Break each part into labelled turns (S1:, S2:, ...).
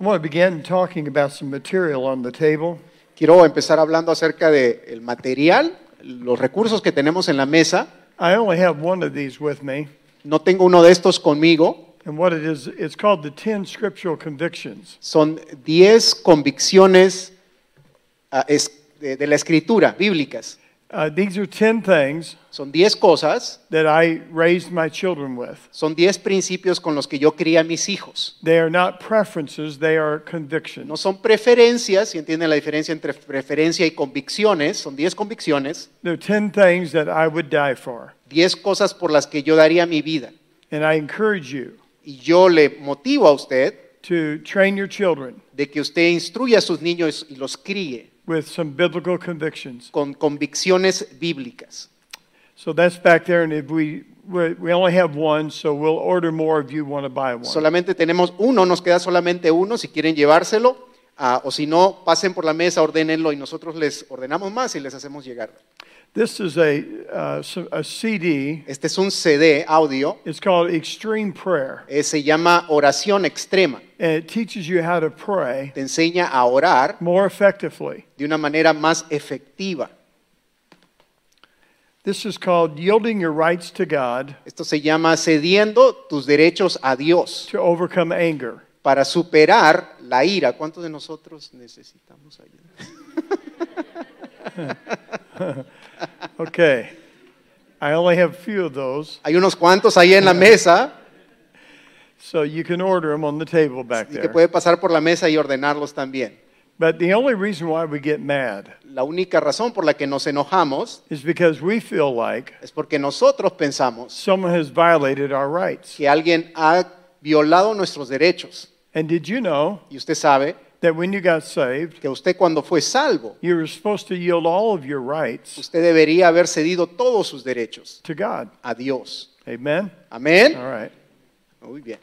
S1: I want to begin talking about some material on the table.
S2: Quiero empezar hablando acerca del material, los recursos que tenemos en la mesa.
S1: I only have one of these with me,
S2: No tengo uno de estos conmigo.
S1: and what it is, it's called the 10 Scriptural Convictions.
S2: Son 10 convicciones ah, es- de, de la escritura, bíblicas.
S1: Uh, these are 10 things
S2: Son 10 cosas,
S1: that I raised my children with.
S2: son 10 principios con los que yo cría a mis hijos.
S1: They are not preferences, they are
S2: No
S1: convictions.
S2: son preferencias, si entienden la diferencia entre preferencia y convicciones, son 10 convicciones,
S1: There are 10 things that I would die for.
S2: 10 cosas por las que yo daría mi vida.
S1: And I encourage you
S2: Y yo le motivo a usted
S1: to train your children
S2: de que usted instruya a sus niños y los críe
S1: with some biblical convictions.
S2: con convicciones bíblicas.
S1: So that's back there, and if we, we we only have one, so we'll order more if you want to buy one.
S2: Solamente tenemos uno, nos queda solamente uno, si quieren llevárselo, ah, o si no, pasen por la mesa, ordénenlo y nosotros les ordenamos más y les hacemos llegar.
S1: This is a, uh, so- a CD.
S2: Este es un CD audio,
S1: It's called Extreme Prayer,
S2: eh, se llama Oración Extrema,
S1: and it teaches you how to pray
S2: te enseña a orar
S1: more effectively.
S2: de una manera más efectiva.
S1: This is called Yielding Your Rights to God
S2: Esto se llama cediendo tus derechos a Dios
S1: to Overcome Anger.
S2: para superar la ira. ¿Cuántos de nosotros necesitamos ayuda?
S1: Okay. I only have a few of those,
S2: Hay unos cuantos ahí en la mesa.
S1: so you can order them on the table back
S2: y que
S1: there.
S2: puede pasar por la mesa y ordenarlos también.
S1: But the only reason why we get mad
S2: La única razón por la que nos enojamos
S1: is because we feel like
S2: es porque nosotros pensamos
S1: someone has violated our rights.
S2: que alguien ha violado nuestros derechos.
S1: And did you know
S2: Y usted sabe
S1: that when you got saved,
S2: que usted cuando fue salvo,
S1: you were supposed to yield all of your rights
S2: usted debería haber cedido todos sus derechos
S1: to God?
S2: a Dios.
S1: Amen?
S2: Amén.
S1: All right.
S2: Muy bien.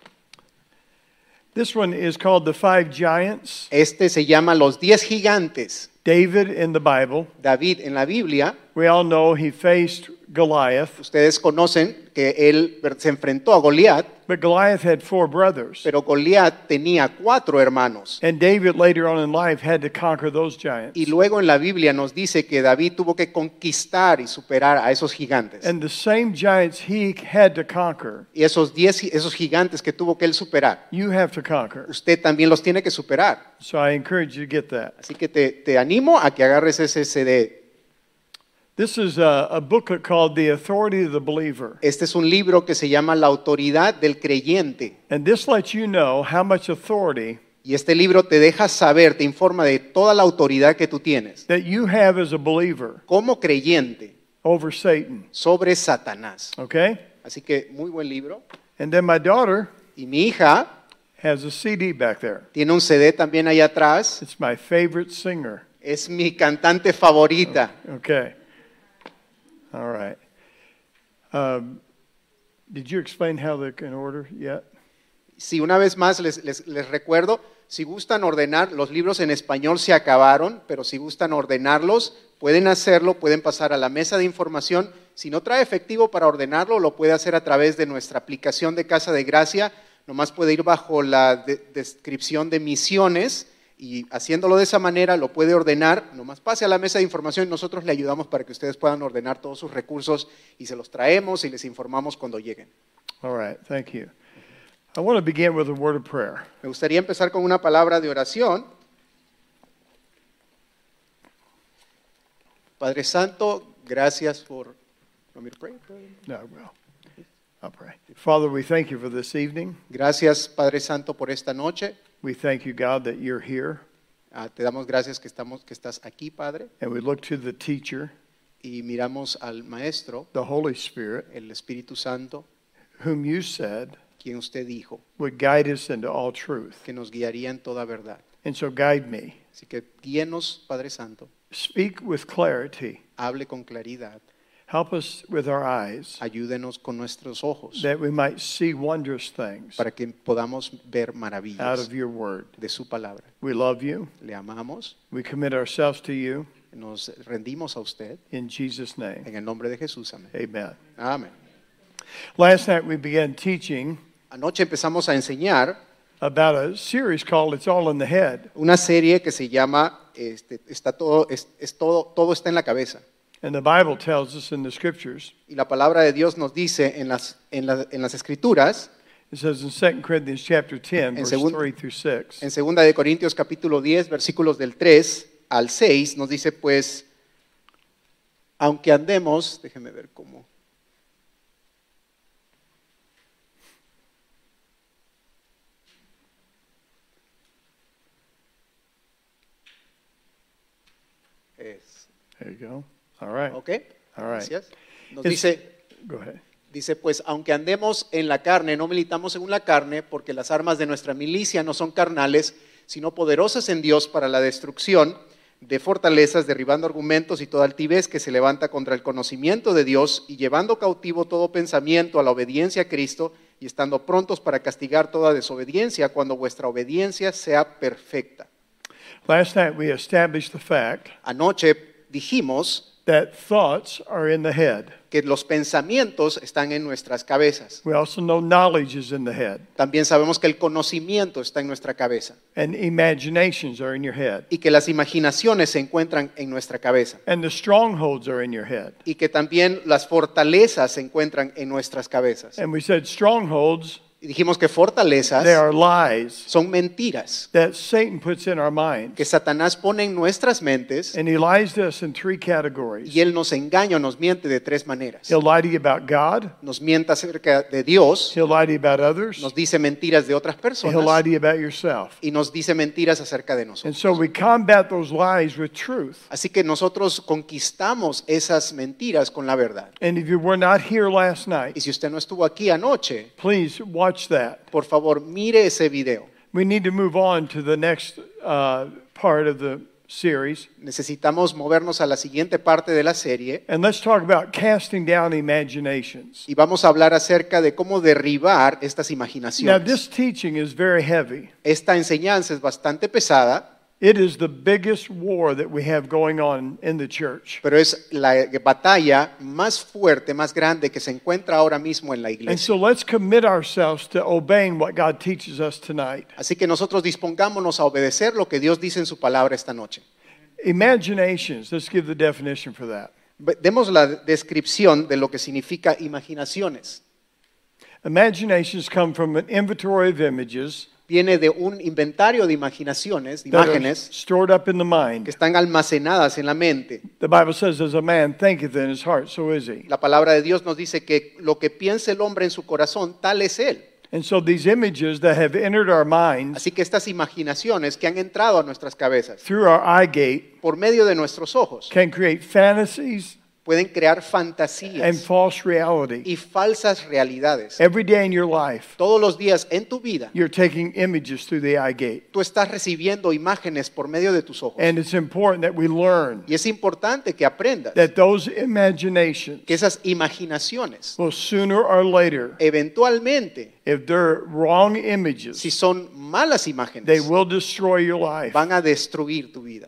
S1: This one is called The Five Giants
S2: Este se llama Los Diez Gigantes.
S1: David in the Bible.
S2: David en la Biblia,
S1: We all know he faced Goliath,
S2: ustedes conocen que él se enfrentó a Goliat,
S1: but Goliath had four brothers.
S2: pero Goliat tenía cuatro hermanos.
S1: And David later on in life had to conquer those giants.
S2: Y luego en la Biblia nos dice que David tuvo que conquistar y superar a esos gigantes.
S1: And the same giants he had to conquer,
S2: Y esos 10, gi- esos gigantes que tuvo que él superar,
S1: you have to conquer.
S2: usted también los tiene que superar.
S1: So I encourage you to get that.
S2: Así que te, te animo a que agarres ese CD.
S1: This is a, a booklet called The Authority of the Believer.
S2: Este es un libro que se llama La autoridad del creyente.
S1: And this lets you know how much authority
S2: Y este libro te deja saber, te informa de toda la autoridad que tú tienes
S1: that you have as a believer
S2: como creyente
S1: over Satan.
S2: sobre Satanás.
S1: Okay?
S2: Así que muy buen libro.
S1: And then my daughter
S2: Y mi hija
S1: has a CD back there.
S2: tiene un CD también ahí atrás.
S1: It's my favorite singer.
S2: Es mi cantante favorita.
S1: Okay. All right. Um, did you explain how they can order yet?
S2: Si una vez más les, les- les recuerdo, si gustan ordenar, los libros en español se acabaron, pero si gustan ordenarlos, pueden hacerlo, pueden pasar a la mesa de información. Si no trae efectivo para ordenarlo, lo puede hacer a través de nuestra aplicación de Casa de Gracia. Nomás puede ir bajo la de- descripción de misiones y haciéndolo de esa manera lo puede ordenar. Nomás pase a la mesa de información y nosotros le ayudamos para que ustedes puedan ordenar todos sus recursos y se los traemos y les informamos cuando lleguen.
S1: All right. Thank you. I want to begin with a word of prayer.
S2: Me gustaría empezar con una palabra de oración. Padre Santo, gracias por... want me to pray?
S1: No, I will. I'll pray. Father, we thank you for this evening.
S2: Gracias, Padre Santo, por esta noche.
S1: We thank you, God, that you're here.
S2: Ah, te damos gracias que, estamos, que estás aquí, Padre,
S1: And we look to the teacher,
S2: y miramos al Maestro,
S1: the Holy Spirit,
S2: el Espíritu Santo,
S1: whom you said
S2: quien usted dijo
S1: would guide us into all truth.
S2: que nos guiaría en toda verdad.
S1: And so guide me.
S2: Así que guíenos, Padre Santo,
S1: Speak with clarity.
S2: hable con claridad,
S1: Help us with our eyes
S2: ayúdenos con nuestros ojos
S1: that we might see wondrous things
S2: para que podamos ver
S1: out
S2: maravillas
S1: of your word.
S2: de su palabra.
S1: We love you.
S2: Le amamos,
S1: We commit ourselves to you
S2: nos rendimos a usted
S1: in Jesus' name.
S2: en el nombre de Jesús. Amén.
S1: Amen.
S2: Amén.
S1: Last night we began teaching
S2: Anoche empezamos a enseñar
S1: about a series called It's All in the Head.
S2: Una serie que se llama este, está todo, es, es todo, todo está en la cabeza.
S1: And the Bible tells us in the scriptures,
S2: Y la palabra de Dios nos dice en las, en la- en las escrituras,
S1: it says in 2 Corinthians chapter 10,
S2: En
S1: verse
S2: segun-
S1: 3 through 6.
S2: en 2 de Corintios capítulo 10, versículos del 3 al 6, nos dice pues, aunque andemos, déjenme ver cómo. Es-
S1: There you go. All right.
S2: ¿Ok?
S1: All right.
S2: Gracias. Nos
S1: Es-
S2: dice,
S1: Go ahead.
S2: Dice, pues aunque andemos en la carne, no militamos según la carne, porque las armas de nuestra milicia no son carnales, sino poderosas en Dios para la destrucción de fortalezas, derribando argumentos y toda altivez que se levanta contra el conocimiento de Dios y llevando cautivo todo pensamiento a la obediencia a Cristo y estando prontos para castigar toda desobediencia cuando vuestra obediencia sea perfecta.
S1: Last night we established the fact
S2: Anoche dijimos
S1: that thoughts are in the head.
S2: que los pensamientos están en nuestras cabezas.
S1: We also know knowledge is in the head,
S2: También sabemos que el conocimiento está en nuestra cabeza.
S1: and imaginations are in your head,
S2: y que las imaginaciones se encuentran en nuestra cabeza
S1: and the strongholds are in your head.
S2: y que también las fortalezas se encuentran en nuestras cabezas.
S1: And we said strongholds,
S2: Y dijimos que fortalezas
S1: they Em, are lies
S2: son mentiras
S1: that Satan puts in our minds.
S2: que Satanás pone en nuestras mentes
S1: And he lies to us in three categories.
S2: y él nos engaña, nos miente de tres maneras.
S1: He'll lie to you about God,
S2: Nos miente acerca de Dios,
S1: he'll lie to you about others,
S2: nos dice mentiras de otras
S1: and he'll lie
S2: personas
S1: to you about yourself.
S2: y nos dice mentiras acerca de
S1: And
S2: nosotros.
S1: so we combat those lies with truth.
S2: Así que nosotros conquistamos esas mentiras con la verdad.
S1: And if you were not here last
S2: Y
S1: night,
S2: si usted no estuvo aquí anoche,
S1: please watch that.
S2: por favor, mire ese video.
S1: We need to move on to the next uh, part of the series.
S2: Necesitamos movernos a la siguiente parte de la serie
S1: And let's talk about casting down imaginations.
S2: y vamos a hablar acerca de cómo derribar estas
S1: Now,
S2: imaginaciones.
S1: this teaching is very heavy.
S2: Esta enseñanza es bastante pesada,
S1: It is the biggest war that we have going on in the church.
S2: pero es la batalla más fuerte, más grande que se encuentra ahora mismo en la
S1: And
S2: iglesia.
S1: so let's commit ourselves to obeying what God teaches us tonight.
S2: Así que nosotros dispongámonos a obedecer lo que Dios dice en su palabra esta noche.
S1: Imaginations, let's give the definition for that.
S2: Ve- Demos la descripción de lo que significa imaginaciones.
S1: Imaginations come from an inventory of images
S2: Viene de un inventario de imaginaciones, de
S1: that are
S2: imágenes,
S1: stored up in the
S2: que
S1: mind.
S2: están almacenadas en la mente.
S1: The Bible says, as a man thinketh in his heart, so is he.
S2: La palabra de Dios nos dice que lo que piensa el hombre en su corazón, tal es él.
S1: And so these images that have entered our minds
S2: Así que estas imaginaciones que han entrado a nuestras cabezas
S1: through our eye gate
S2: por medio de nuestros ojos
S1: can create fantasies
S2: pueden crear
S1: and
S2: fantasías
S1: false reality.
S2: y falsas realidades.
S1: Every day in your life,
S2: Todos los días en tu vida
S1: you're taking images through the eye gate.
S2: tú estás recibiendo imágenes por medio de tus ojos.
S1: And it's important that we learn
S2: Y es importante que aprendas que
S1: that those imaginations
S2: esas imaginaciones
S1: will sooner or later,
S2: eventualmente,
S1: if they're wrong
S2: si
S1: images,
S2: son malas
S1: they
S2: imágenes,
S1: will destroy your life.
S2: van a destruir tu vida.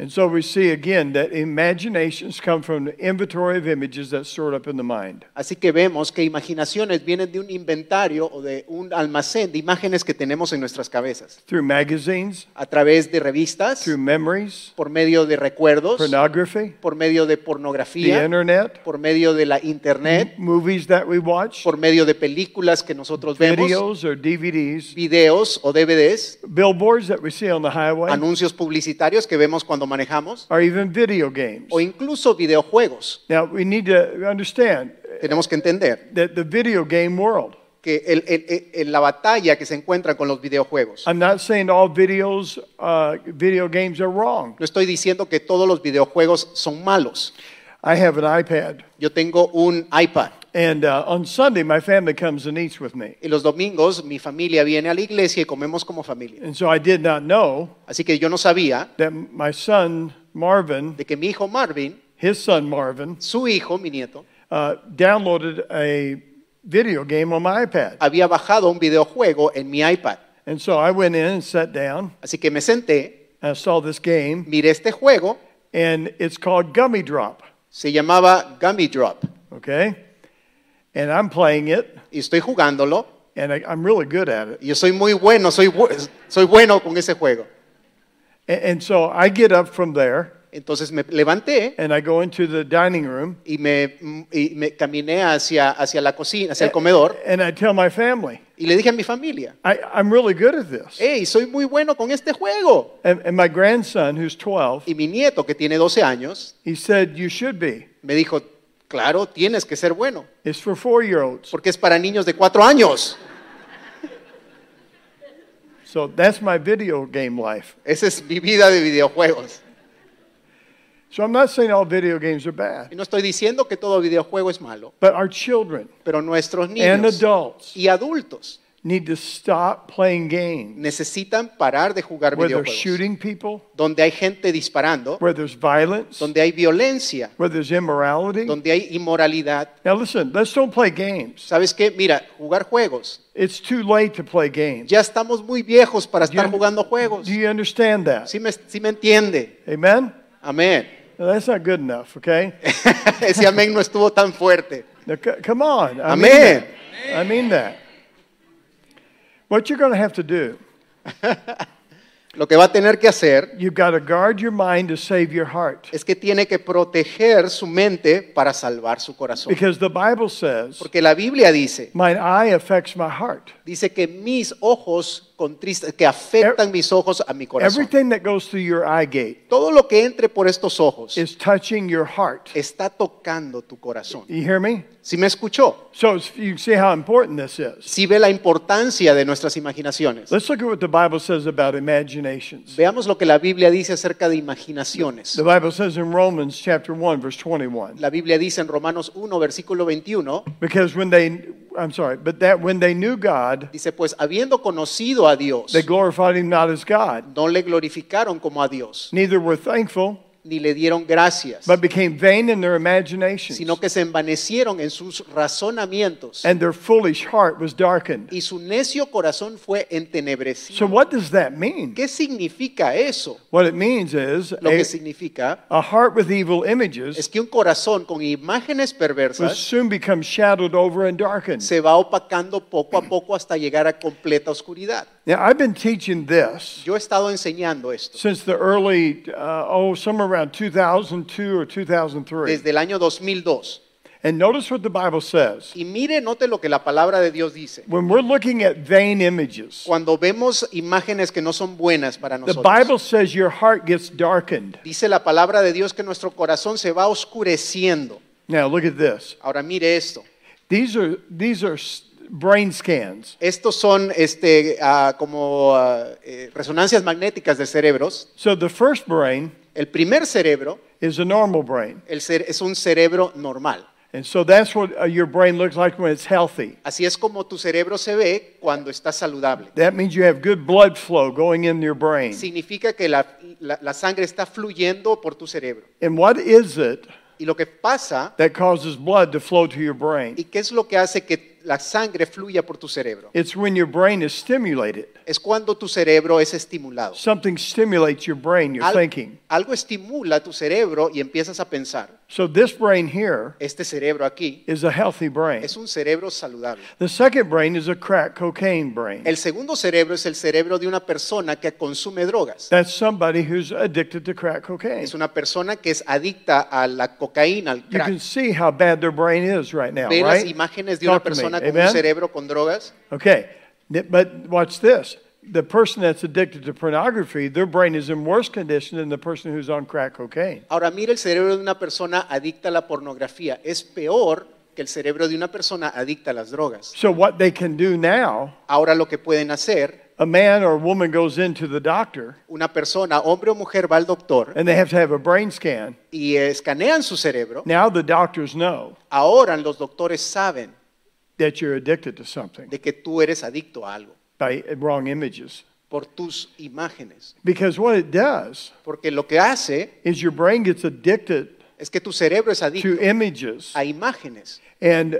S1: And so we see again that imaginations come from the inventory of images that's stored up in the mind.
S2: Así que vemos que imaginaciones vienen de un inventario o de un almacén de imágenes que tenemos en nuestras cabezas,
S1: Through magazines,
S2: a través de revistas,
S1: through memories,
S2: por medio de recuerdos,
S1: pornography,
S2: por medio de
S1: the
S2: pornografía,
S1: internet,
S2: por medio de la
S1: m-
S2: internet,
S1: movies that we watch,
S2: por medio de películas que nosotros vemos,
S1: videos or DVDs,
S2: videos o DVDs,
S1: billboards that we see on the highway,
S2: anuncios publicitarios que vemos cuando manejamos
S1: or even video games.
S2: o incluso videojuegos.
S1: Now, we need to understand
S2: Tenemos que entender
S1: that the video game world,
S2: que el- el- el- el- la batalla que se encuentra con los videojuegos.
S1: I'm not saying all videos, uh, video games are wrong.
S2: No estoy diciendo que todos los videojuegos son malos.
S1: I have an iPad,
S2: Yo tengo un iPad
S1: and uh, on Sunday, my family comes and eats with me.
S2: y los domingos mi familia viene a la iglesia y comemos como familia.
S1: And so I did not know
S2: Así que yo no sabía
S1: that my son, Marvin,
S2: de que mi hijo Marvin,
S1: his son, Marvin,
S2: su hijo, mi nieto,
S1: uh, downloaded a video game on my iPad.
S2: había bajado un videojuego en mi iPad.
S1: And so I went in and sat down.
S2: Así que me senté,
S1: And I saw this game,
S2: miré este juego,
S1: and it's called Gummy Drop,
S2: se llamaba Gummy Drop
S1: okay? And I'm playing it,
S2: y estoy jugándolo
S1: and I, I'm really good at it.
S2: Y yo soy muy bueno, soy, bu- soy bueno con ese juego.
S1: A- And, so I get up from there
S2: Entonces me levanté
S1: and I go into the dining room
S2: y me, y me caminé hacia, hacia la cocina, hacia el comedor,
S1: and I tell my family,
S2: y le dije a mi familia,
S1: I, I'm really good at this.
S2: hey, soy muy bueno con este juego.
S1: And, and my grandson, who's 12,
S2: Y mi nieto, que tiene 12 años,
S1: he said, You should be.
S2: me dijo, claro, tienes que ser bueno,
S1: It's for four year olds.
S2: porque es para niños de 4 años.
S1: So that's my video game life.
S2: Esa es mi vida de videojuegos.
S1: So I'm not saying all video games are bad,
S2: Y no estoy diciendo que todo videojuego es malo,
S1: but our children
S2: pero nuestros
S1: and
S2: niños
S1: adults
S2: y adultos
S1: need to stop playing games
S2: necesitan parar de jugar
S1: where they're
S2: videojuegos,
S1: shooting people,
S2: donde hay gente disparando,
S1: where there's violence,
S2: donde hay violencia,
S1: where there's immorality.
S2: donde hay inmoralidad.
S1: Now, listen, let's don't play games.
S2: ¿Sabes qué? Mira, jugar juegos.
S1: It's too late to play games.
S2: Ya estamos muy viejos para
S1: Do you-
S2: estar jugando juegos.
S1: Do you understand that?
S2: ¿Sí me, sí me entiende?
S1: Amen?
S2: Amén.
S1: No, that's not good enough, okay?
S2: Ese amén no estuvo tan fuerte.
S1: Now, c- come on. I mean
S2: Amen.
S1: that. I mean that. What you're going to have to do,
S2: Lo que va a tener que hacer
S1: you've got to guard your mind to save your heart.
S2: es que tiene que proteger su mente para salvar su corazón.
S1: Because the Bible says,
S2: Porque la Biblia dice,
S1: mine eye affects my heart.
S2: dice que mis ojos contristan, que afectan mis ojos a mi corazón.
S1: Everything that goes through your eye gate
S2: Todo lo que entre por estos ojos
S1: is touching your heart.
S2: está tocando tu corazón.
S1: You hear me?
S2: Si me escuchó,
S1: So it's- you see how important this is.
S2: si ve la importancia de nuestras imaginaciones.
S1: Let's look at what the Bible says about imaginations.
S2: Veamos lo que la Biblia dice acerca de imaginaciones.
S1: The Bible says in Romans chapter 1 verse 21.
S2: La Biblia dice en Romanos 1, versículo 21,
S1: Because when they I'm sorry, but that when they knew God,
S2: dice, pues habiendo conocido a Dios,
S1: they glorified him not as God,
S2: no le glorificaron como a Dios,
S1: neither were thankful,
S2: ni le dieron gracias,
S1: but became vain in their imaginations,
S2: sino que se envanecieron en sus razonamientos
S1: and their foolish heart was darkened.
S2: y su necio corazón fue entenebrecido.
S1: So what does that mean?
S2: ¿Qué significa eso?
S1: What it means is
S2: Lo
S1: a,
S2: que significa
S1: a heart with evil images
S2: es que un corazón con imágenes
S1: will
S2: perversas
S1: soon become shadowed over and darkened.
S2: se va opacando poco a poco hasta llegar a completa oscuridad.
S1: Now, I've been teaching this
S2: Yo he estado enseñando esto
S1: since the early, uh, oh, somewhere around 2002 or 2003.
S2: desde el año 2002.
S1: And notice what the Bible says.
S2: Y mire, note lo que la palabra de Dios dice.
S1: When we're looking at vain images,
S2: Cuando vemos imágenes que no son buenas para
S1: the
S2: nosotros,
S1: Bible says your heart gets darkened.
S2: dice la palabra de Dios que nuestro corazón se va oscureciendo.
S1: Now, look at this.
S2: Ahora mire esto.
S1: These are, these are s- brain scans.
S2: Estos son este, ah, como ah, eh, resonancias magnéticas de cerebros.
S1: So the first brain
S2: El primer cerebro
S1: is a normal brain.
S2: el cere- es un cerebro normal.
S1: And so that's what uh, your brain looks like when it's healthy.
S2: Así es como tu cerebro se ve cuando está saludable.
S1: That means you have good blood flow going in your brain.
S2: Significa que la- la- la sangre está fluyendo por tu cerebro.
S1: And what is it
S2: Y lo que pasa
S1: that causes blood to flow to your
S2: ¿Y
S1: brain?
S2: qué es lo que hace que la sangre fluya por tu cerebro?
S1: It's when your brain is stimulated.
S2: Es cuando tu cerebro es estimulado.
S1: Something stimulates your brain, your
S2: Al-
S1: thinking.
S2: algo estimula tu cerebro y empiezas a pensar.
S1: So this brain here
S2: Este cerebro aquí
S1: is a healthy brain.
S2: es un cerebro saludable.
S1: The second brain is a crack cocaine brain.
S2: El segundo cerebro es el cerebro de una persona que consume drogas.
S1: That's somebody who's addicted to crack cocaine.
S2: Es una persona que es adicta a la cocaína, al
S1: You can
S2: crack.
S1: see how bad their brain is right now,
S2: Ve las
S1: right?
S2: imágenes de una
S1: Talk to me.
S2: persona con un
S1: Amen?
S2: cerebro con drogas.
S1: Okay. Th- But watch this. The person that's addicted to pornography, their brain is in worse condition than the person who's on crack cocaine.
S2: Ahora mira el cerebro de una persona adicta a la pornografía. Es peor que el cerebro de una persona adicta a las drogas.
S1: So what they can do now
S2: Ahora lo que pueden hacer
S1: a man or a woman goes into the doctor
S2: una persona, hombre o mujer, va al doctor
S1: and they have to have a brain scan.
S2: y escanean su cerebro,
S1: Now the doctors know
S2: ahora los doctores saben
S1: that you're addicted to something
S2: de que tú eres adicto a algo
S1: by wrong images.
S2: por tus imágenes.
S1: Because what it does
S2: Porque lo que hace
S1: is your brain gets addicted
S2: es que tu cerebro es
S1: to
S2: adicto
S1: images
S2: a imágenes
S1: and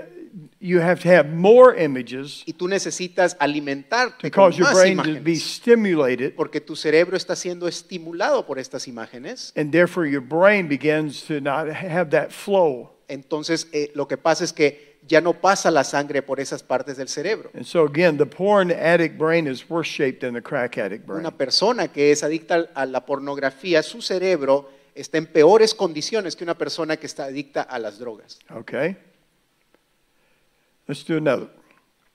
S1: you have to have more images
S2: y tú necesitas alimentarte
S1: to
S2: con
S1: cause your
S2: más
S1: brain to be
S2: imágenes.
S1: stimulated
S2: Porque tu cerebro está siendo estimulado por estas imágenes.
S1: and therefore your brain begins to not have that flow.
S2: Entonces, eh, lo que pasa es que ya no pasa la sangre por esas partes del cerebro.
S1: And so again, the porn addict brain is worse shaped than the crack addict brain.
S2: Una persona que es adicta al- a la pornografía, su cerebro está en peores condiciones que una persona que está adicta a las drogas.
S1: Okay? Let's do another.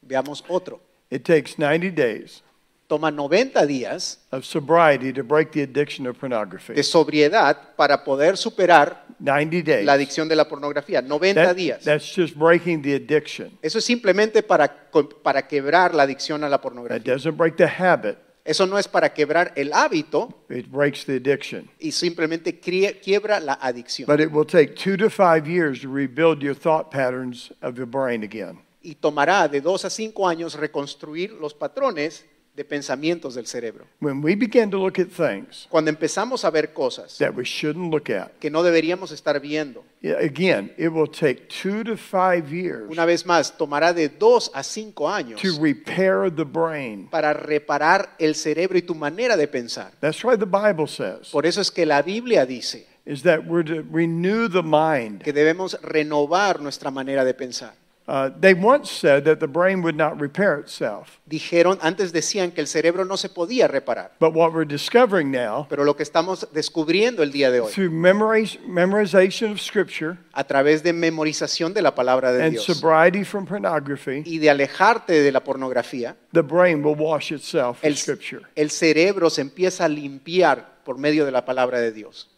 S2: Veamos otro.
S1: It takes 90 days
S2: Toma 90 días
S1: of sobriety to break the addiction of pornography.
S2: de sobriedad para poder superar
S1: 90 days.
S2: la adicción de la pornografía. 90
S1: That-
S2: días.
S1: That's just breaking the addiction.
S2: Eso es simplemente para, co- para quebrar la adicción a la
S1: That
S2: pornografía.
S1: doesn't break the habit,
S2: Eso no es para quebrar el hábito
S1: it breaks the addiction.
S2: y simplemente crie- quiebra la adicción.
S1: But it will take two to five years to rebuild your thought patterns of your brain again.
S2: Y tomará de dos a cinco años reconstruir los patrones de pensamientos del cerebro.
S1: When we begin to look at things
S2: Cuando empezamos a ver cosas
S1: that we shouldn't look at,
S2: que no deberíamos estar viendo,
S1: yeah, again, it will take two to five years
S2: una vez más, tomará de dos a cinco años
S1: to repair the brain.
S2: para reparar el cerebro y tu manera de pensar.
S1: That's why the Bible says
S2: Por eso es que la Biblia dice
S1: is that we're to renew the mind.
S2: que debemos renovar nuestra manera de pensar.
S1: Uh, they once said that the brain would not repair itself,
S2: Dijeron, antes decían que el cerebro no se podía reparar,
S1: but what we're discovering now
S2: pero lo que estamos descubriendo el día de hoy,
S1: through memoriz- memorization of Scripture
S2: a través de memorización de la palabra de
S1: and
S2: Dios
S1: sobriety from pornography,
S2: y de alejarte de la pornografía,
S1: the brain will wash itself
S2: el,
S1: with Scripture.
S2: el cerebro se empieza a limpiar por medio de la palabra de Dios.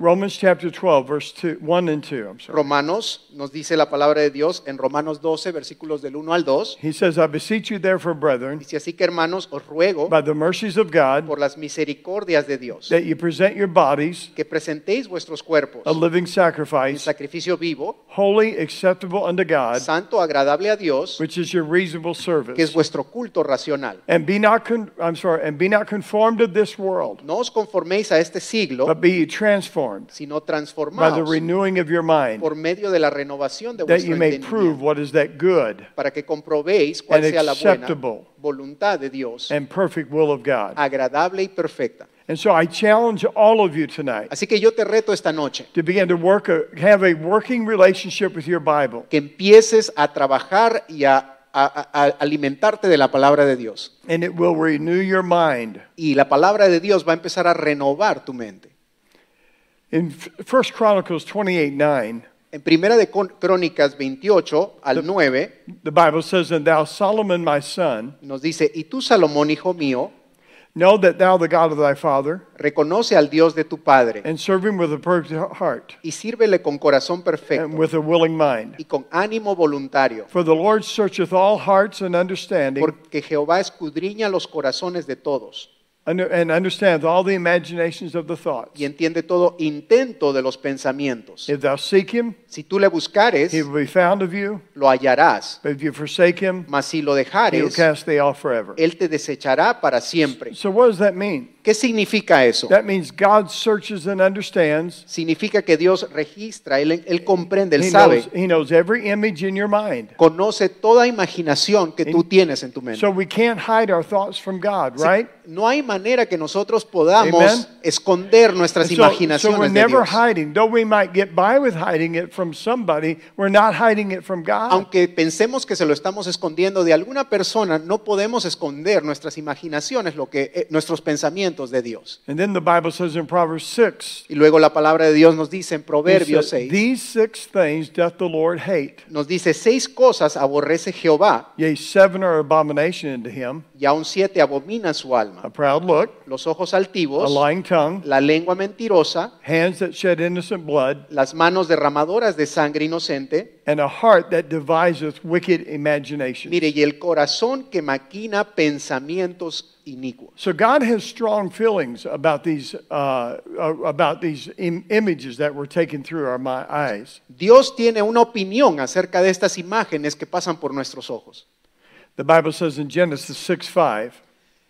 S1: Romans chapter 12, verse 2, 1 and 2. I'm sorry.
S2: Romanos nos dice la palabra de Dios en Romanos 12, versículos del 1 al 2.
S1: He says, I beseech you, therefore, brethren,
S2: Dice así que hermanos, os ruego
S1: by the mercies of God,
S2: por las misericordias de Dios
S1: that you present your bodies
S2: que presentéis vuestros cuerpos
S1: a living
S2: en
S1: sacrifice,
S2: sacrificio vivo,
S1: holy, acceptable unto God,
S2: santo, agradable a Dios,
S1: which is your reasonable
S2: que es
S1: service.
S2: vuestro culto racional.
S1: And be not, con- I'm sorry, and be not conformed to this world,
S2: No os conforméis a este siglo,
S1: but be ye transformed
S2: sino
S1: by the
S2: transformados
S1: renewing of your mind,
S2: por medio de la renovación de
S1: that you
S2: vuestro
S1: may prove
S2: entendimiento,
S1: what is that good
S2: para que comprobéis cuál
S1: and
S2: sea la buena
S1: acceptable
S2: voluntad de Dios,
S1: and perfect will of God.
S2: agradable y perfecta.
S1: And so I challenge all of you tonight
S2: Así que yo te reto esta noche
S1: to begin to work a, have a working relationship with your Bible
S2: que empieces a trabajar y a, a- a- a alimentarte de la palabra de Dios.
S1: and it will renew your mind.
S2: Y la palabra de Dios va a empezar a renovar tu mente.
S1: In 1 Chronicles 28 9,
S2: En Primera de Con- Crónicas 28 al 9
S1: the Bible says, And thou, Solomon, my son,
S2: nos dice, y tú, Salomón, hijo mío,
S1: know that thou, the God of thy father,
S2: reconoce al Dios de tu Padre
S1: and serve him with a perfect heart
S2: y sírvele con corazón
S1: and
S2: perfecto
S1: with a willing mind.
S2: y con ánimo voluntario,
S1: For the Lord searcheth all hearts and understanding,
S2: porque Jehová escudriña los corazones de todos
S1: and and understandeth all the imaginations of the thoughts.
S2: y entiende todo intento de los pensamientos.
S1: If thou seek him,
S2: Si tú le buscares,
S1: he will be found of you.
S2: lo hallarás,
S1: But if you forsake him,
S2: mas si
S1: he
S2: lo
S1: will
S2: dejares,
S1: cast thee off forever.
S2: Él te desechará para siempre.
S1: So, what does that mean?
S2: ¿Qué significa eso?
S1: That means God searches and understands.
S2: Significa que Dios registra, Él, Él comprende, Él
S1: He knows,
S2: sabe,
S1: he knows every image in your mind.
S2: conoce toda imaginación que tú tienes en tu mente.
S1: So we can't hide our thoughts from God,
S2: Así-
S1: right?
S2: No hay manera que nosotros podamos
S1: Amen.
S2: esconder nuestras
S1: And So, so we're
S2: imaginaciones de
S1: never
S2: Dios.
S1: hiding. Though we might get by with hiding it from somebody, we're not hiding it from God.
S2: Aunque pensemos que se lo estamos escondiendo de alguna persona, no podemos esconder nuestras imaginaciones, lo que, eh, nuestros pensamientos de Dios.
S1: And then the Bible says in Proverbs 6,
S2: Y luego la palabra de Dios nos dice en
S1: it
S2: Proverbios
S1: says,
S2: 6,
S1: These six things doth the Lord hate.
S2: nos dice, seis cosas aborrece Jehová,
S1: Yea, seven are abomination unto him
S2: y aún siete abomina su alma.
S1: a proud look,
S2: los ojos
S1: a
S2: altivos,
S1: lying tongue,
S2: la lengua mentirosa,
S1: hands that shed innocent blood,
S2: las manos derramadoras de sangre inocente,
S1: and a heart that deviseth wicked imaginations.
S2: mire, y el corazón que maquina pensamientos inicuos.
S1: So God has strong feelings about these uh, about these Im- images that were taken through our my eyes.
S2: Dios tiene una opinión acerca de estas imágenes que pasan por nuestros ojos.
S1: The Bible says in Genesis 6 5,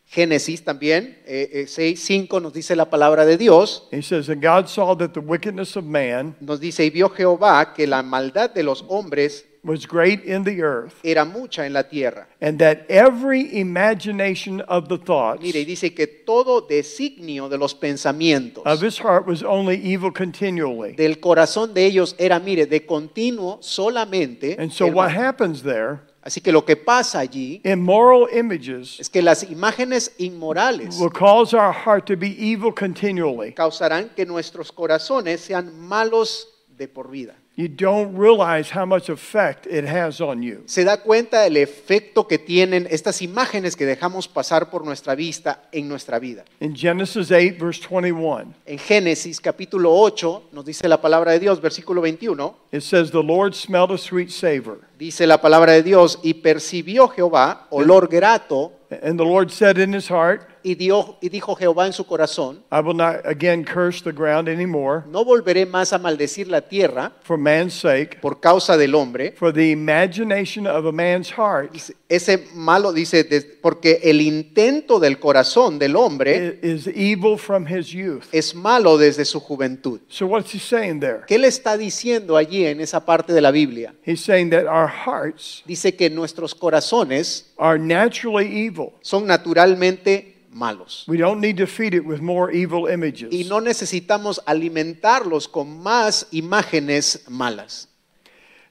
S2: Génesis también, eh, eh, 6.5 nos dice la palabra de Dios,
S1: He says, And God saw that the wickedness of man
S2: nos dice, y vio Jehová que la maldad de los hombres
S1: was great in the earth,
S2: era mucha en la tierra.
S1: and that every imagination of the thoughts
S2: Mire, y dice que todo designio de los pensamientos
S1: of his heart was only evil continually.
S2: del corazón de ellos era, mire, de continuo solamente.
S1: And so,
S2: el
S1: what
S2: mal.
S1: happens there,
S2: Así que lo que pasa allí
S1: immoral images
S2: es que las imágenes inmorales
S1: will cause our heart to be evil continually.
S2: causarán que nuestros corazones sean malos de por vida.
S1: You don't realize how much effect it has on you.
S2: Se da cuenta del efecto que tienen estas imágenes que dejamos pasar por nuestra vista en nuestra vida.
S1: In Genesis 8, verse 21,
S2: En Génesis capítulo 8 nos dice la palabra de Dios, versículo 21,
S1: it says, The Lord smelled a sweet savor.
S2: dice la palabra de Dios, y percibió Jehová olor grato,
S1: And the Lord said in his heart,
S2: y, dio- y dijo Jehová en su corazón,
S1: I will not again curse the ground anymore
S2: no volveré más a maldecir la tierra
S1: for man's sake,
S2: por causa del hombre.
S1: for the imagination of a man's heart
S2: Dice, Ese malo dice, des- porque el intento del corazón del
S1: i-
S2: hombre
S1: is evil from his youth.
S2: es malo desde su juventud.
S1: So, what's he saying there?
S2: ¿Qué le está diciendo allí en esa parte de la Biblia?
S1: He's saying that our hearts
S2: Dice que nuestros corazones
S1: are naturally evil.
S2: son naturalmente malos
S1: We don't need to feed it with more evil images.
S2: y no necesitamos alimentarlos con más imágenes malas.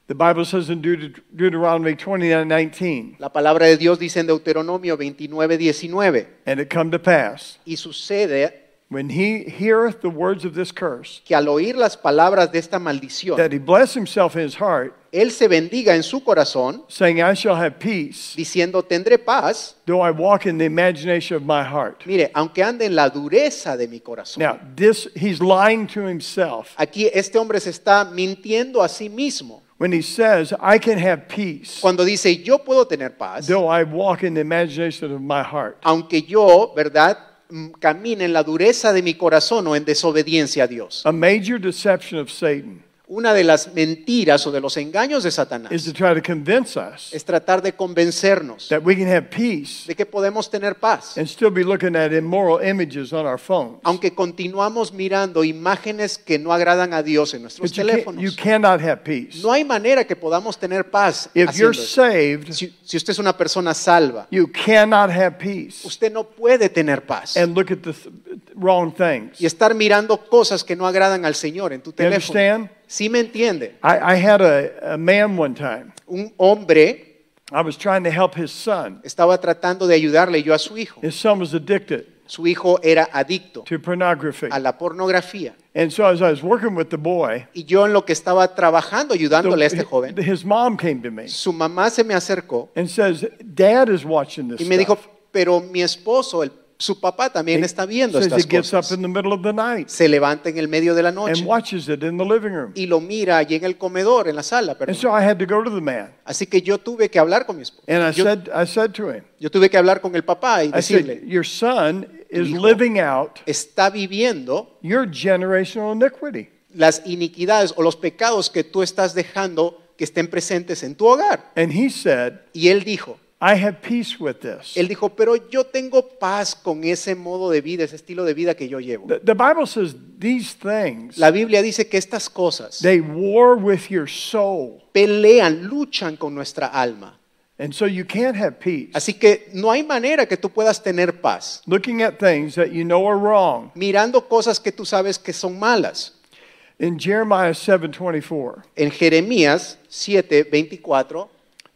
S1: The Bible says in Deut- Deuteronomy 29 19,
S2: La palabra de Dios dice en Deuteronomio 29, 19,
S1: and it come to pass,
S2: y sucede
S1: when he heareth the words of this curse,
S2: que al oír las palabras de esta maldición,
S1: that he bless himself in his heart,
S2: él se bendiga en su corazón,
S1: saying, I shall have peace,
S2: diciendo, tendré paz,
S1: though I walk in the imagination of my heart.
S2: mire, aunque ande en la dureza de mi corazón.
S1: Now, this, he's lying to himself
S2: Aquí este hombre se está mintiendo a sí mismo
S1: when he says, I can have peace,
S2: cuando dice yo puedo tener paz,
S1: though I walk in the imagination of my heart.
S2: aunque yo, ¿verdad?, Mm, camine en la dureza de mi corazón o en desobediencia a Dios.
S1: A major deception of Satan
S2: Una de las mentiras o de los engaños de
S1: is
S2: Satanás
S1: to try to convince us
S2: es tratar de convencernos
S1: that we can have peace
S2: de que podemos tener paz,
S1: and still be looking at immoral images on our phones.
S2: aunque continuamos mirando imágenes que no agradan a Dios en nuestros
S1: But you, can't- you
S2: teléfonos.
S1: cannot have peace.
S2: No hay manera que podamos tener paz.
S1: if you're
S2: haciendo eso.
S1: saved,
S2: Si, si usted es una persona salva,
S1: you cannot have peace
S2: usted no puede tener paz.
S1: and look at the th- wrong things.
S2: y estar mirando cosas que no agradan al Señor en tu
S1: You
S2: teléfono.
S1: understand?
S2: Sí me entiende.
S1: I, I had a, a man one time.
S2: Un hombre
S1: I was trying to help his son.
S2: estaba tratando de ayudarle yo a su hijo.
S1: His son was addicted
S2: Su hijo era adicto
S1: to pornography.
S2: a la pornografía.
S1: And so as I was working with the boy,
S2: Y yo en lo que estaba trabajando
S1: the-
S2: ayudándole a este joven,
S1: his mom came to me
S2: su mamá se me acercó
S1: and says, Dad is watching this
S2: y me dijo,
S1: stuff."
S2: pero mi esposo, el- su papá también
S1: He
S2: está viendo
S1: says
S2: estas
S1: he gets up
S2: cosas.
S1: in the middle of the night
S2: Se levanta en el medio de la noche
S1: and watches it in the living room.
S2: y lo mira allí en el comedor, en la sala.
S1: And
S2: perdón.
S1: so I had to go to the man.
S2: Así que yo tuve que hablar con mi esposo.
S1: And I
S2: Yo,
S1: said, I said to him,
S2: yo tuve que hablar con el papá y
S1: I
S2: decirle,
S1: said, Your son is
S2: hijo.
S1: living out
S2: está viviendo
S1: your generational iniquity.
S2: las iniquidades o los pecados que tú estás dejando que estén presentes en tu hogar.
S1: And he said,
S2: Y él dijo,
S1: I have peace with this.
S2: él dijo, pero yo tengo paz con ese modo de vida, ese estilo de vida que yo llevo.
S1: The, the Bible says these things,
S2: La Biblia dice que estas cosas
S1: they war with your soul.
S2: pelean, luchan con nuestra alma.
S1: And so you can't have peace.
S2: Así que no hay manera que tú puedas tener paz
S1: Looking at things that you know are wrong.
S2: mirando cosas que tú sabes que son malas.
S1: In Jeremiah 7:24,
S2: En Jeremías 7, 24,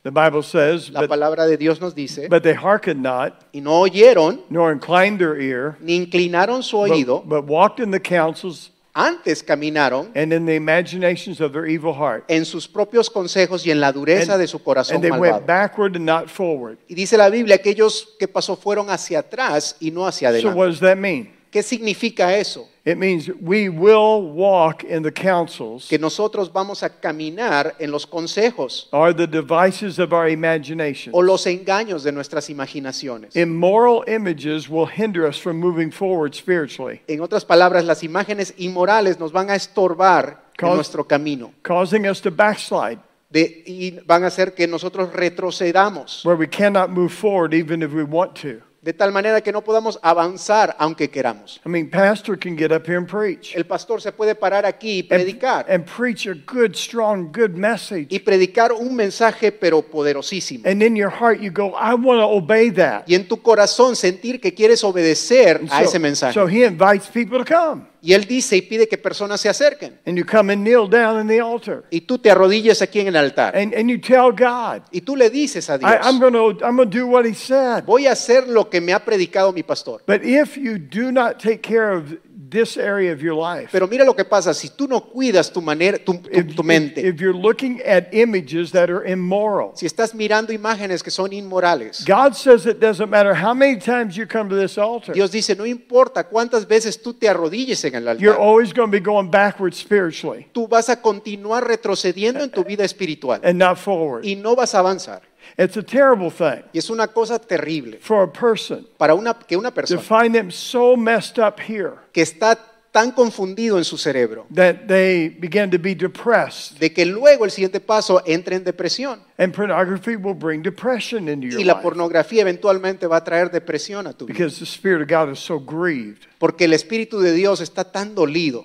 S1: the Bible says,
S2: la
S1: but,
S2: palabra de Dios nos dice,
S1: but they hearkened not,
S2: y no oyeron,
S1: nor inclined their ear,
S2: ni inclinaron su oído,
S1: but, but walked in the counsels
S2: antes caminaron
S1: and in the imaginations of their evil heart.
S2: en sus propios consejos y en la dureza de su corazón
S1: and they
S2: malvado.
S1: went backward and not forward.
S2: Y dice la Biblia que ellos que pasó fueron hacia atrás y no hacia
S1: So
S2: adelante.
S1: what does that mean?
S2: ¿Qué significa eso?
S1: It means we will walk in the counsels
S2: Que nosotros vamos a caminar en los consejos
S1: or the devices of our imagination.
S2: o los engaños de nuestras imaginaciones.
S1: Immoral images will hinder us from moving forward spiritually,
S2: En otras palabras, las imágenes inmorales nos van a estorbar en
S1: Cause-
S2: nuestro camino
S1: causing us to backslide
S2: de- y van a hacer que nosotros retrocedamos
S1: where we cannot move forward even if we want to.
S2: de tal manera que no podamos avanzar aunque queramos.
S1: I mean, pastor can get up here and preach
S2: El pastor se puede parar aquí y
S1: and,
S2: predicar,
S1: and preach a good, strong, good message.
S2: y predicar un mensaje pero poderosísimo.
S1: And in your heart, you go, I want to obey that.
S2: Y en tu corazón sentir que quieres obedecer
S1: And
S2: a ese
S1: So, so
S2: mensaje.
S1: he invites people to come.
S2: Y él dice y pide que personas se acerquen.
S1: And you come and kneel down in the altar.
S2: Y tú te arrodillas aquí en el altar.
S1: And, and you tell God,
S2: Y tú le dices a
S1: I, I'm
S2: Dios,
S1: going to I'm gonna do what he said.
S2: voy a hacer lo que me ha predicado mi pastor.
S1: But if you do not take care of this area of your life,
S2: Pero mira lo que pasa, si tú no cuidas tu manera, tu, tu-
S1: if,
S2: tu mente,
S1: if you're looking at images that are immoral,
S2: si estás mirando imágenes que son inmorales,
S1: God says it doesn't matter how many times you come to this altar,
S2: Dios dice, no importa cuántas veces tú te arrodilles en el
S1: you're
S2: altar,
S1: always going to be going backwards spiritually
S2: tú vas a continuar retrocediendo en tu vida espiritual
S1: and not forward.
S2: y no vas a avanzar.
S1: It's a terrible thing
S2: Y es una cosa terrible
S1: for a person
S2: para una, que una
S1: to
S2: persona
S1: find them so messed up here
S2: que está tan confundido en su cerebro
S1: that they begin to be depressed.
S2: de que luego el siguiente paso entra en depresión
S1: And pornography will bring depression into
S2: y
S1: your
S2: la
S1: life
S2: pornografía eventualmente va a traer depresión a tu vida
S1: because the Spirit of God is so grieved.
S2: porque el Espíritu de Dios está tan dolido.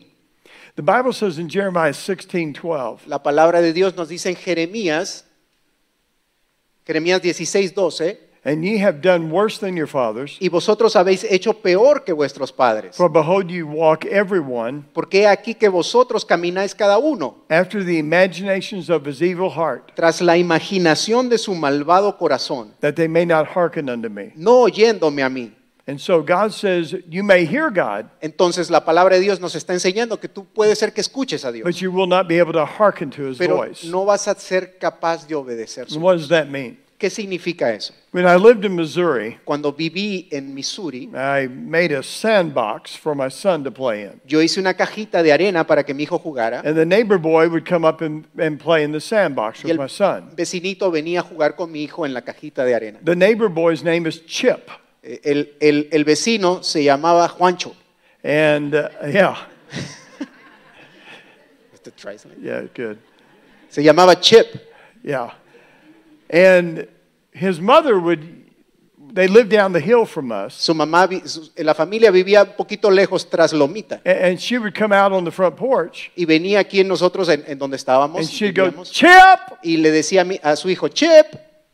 S1: The Bible says in Jeremiah 16 12,
S2: La palabra de Dios nos dice en Jeremías, Jeremías 16, 12,
S1: And ye have done worse than your fathers,
S2: y vosotros habéis hecho peor que vuestros padres.
S1: for behold, you walk everyone
S2: Porque he aquí que vosotros camináis cada uno
S1: after the imaginations of his evil heart,
S2: tras la imaginación de su malvado corazón,
S1: that they may not hearken unto me.
S2: no oyéndome a mí.
S1: And so God says, You may hear God,
S2: Entonces la palabra de Dios nos está enseñando que tú puedes ser que escuches a Dios,
S1: but you will not be able to hearken to his
S2: pero
S1: voice.
S2: no vas a ser capaz de obedecer.
S1: And what does that mean?
S2: ¿Qué significa eso?
S1: When I lived in Missouri,
S2: Cuando viví en Missouri,
S1: I made a sandbox for my son to play in.
S2: yo hice una cajita de arena para que mi hijo jugara.
S1: And the neighbor boy would come up and, and play in the sandbox
S2: Y
S1: with
S2: el
S1: my son.
S2: vecinito venía a jugar con mi hijo en la cajita de arena.
S1: The neighbor boy's name is Chip.
S2: Eh, El, el- el vecino se llamaba Juancho.
S1: And uh, yeah,
S2: Este, try something.
S1: yeah, good.
S2: Se llamaba Chip.
S1: Yeah. And his mother would, they lived down the hill from us.
S2: Su mamá, vi- su- la familia vivía un poquito lejos tras Lomita.
S1: a- And she would come out on the front porch
S2: Y venía aquí en nosotros, en, en donde
S1: and
S2: estábamos,
S1: she'd go,
S2: vivíamos,
S1: Chip!
S2: y le decía a, mi- a su hijo, Chip.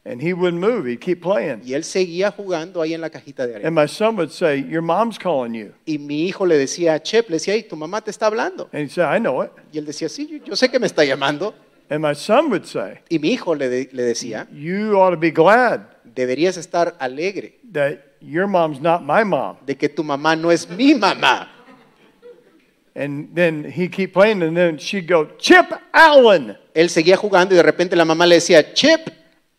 S1: And he wouldn't move, he'd keep playing.
S2: Y él seguía jugando ahí en la cajita de arena.
S1: And my son would say, Your mom's calling you.
S2: Y mi hijo le decía, Chip, le decía, hey, tu mamá te está hablando.
S1: And he'd say, I know it.
S2: Y él decía, sí, yo- yo sé que me está llamando.
S1: And my son would say,
S2: Y mi hijo le, de- le decía,
S1: You ought to be glad
S2: deberías estar alegre
S1: that your mom's not my mom.
S2: de que tu mamá no es mi mamá.
S1: And then he'd keep playing, and then she'd go, Chip Allen!
S2: Él seguía jugando y de repente la mamá le decía, Chip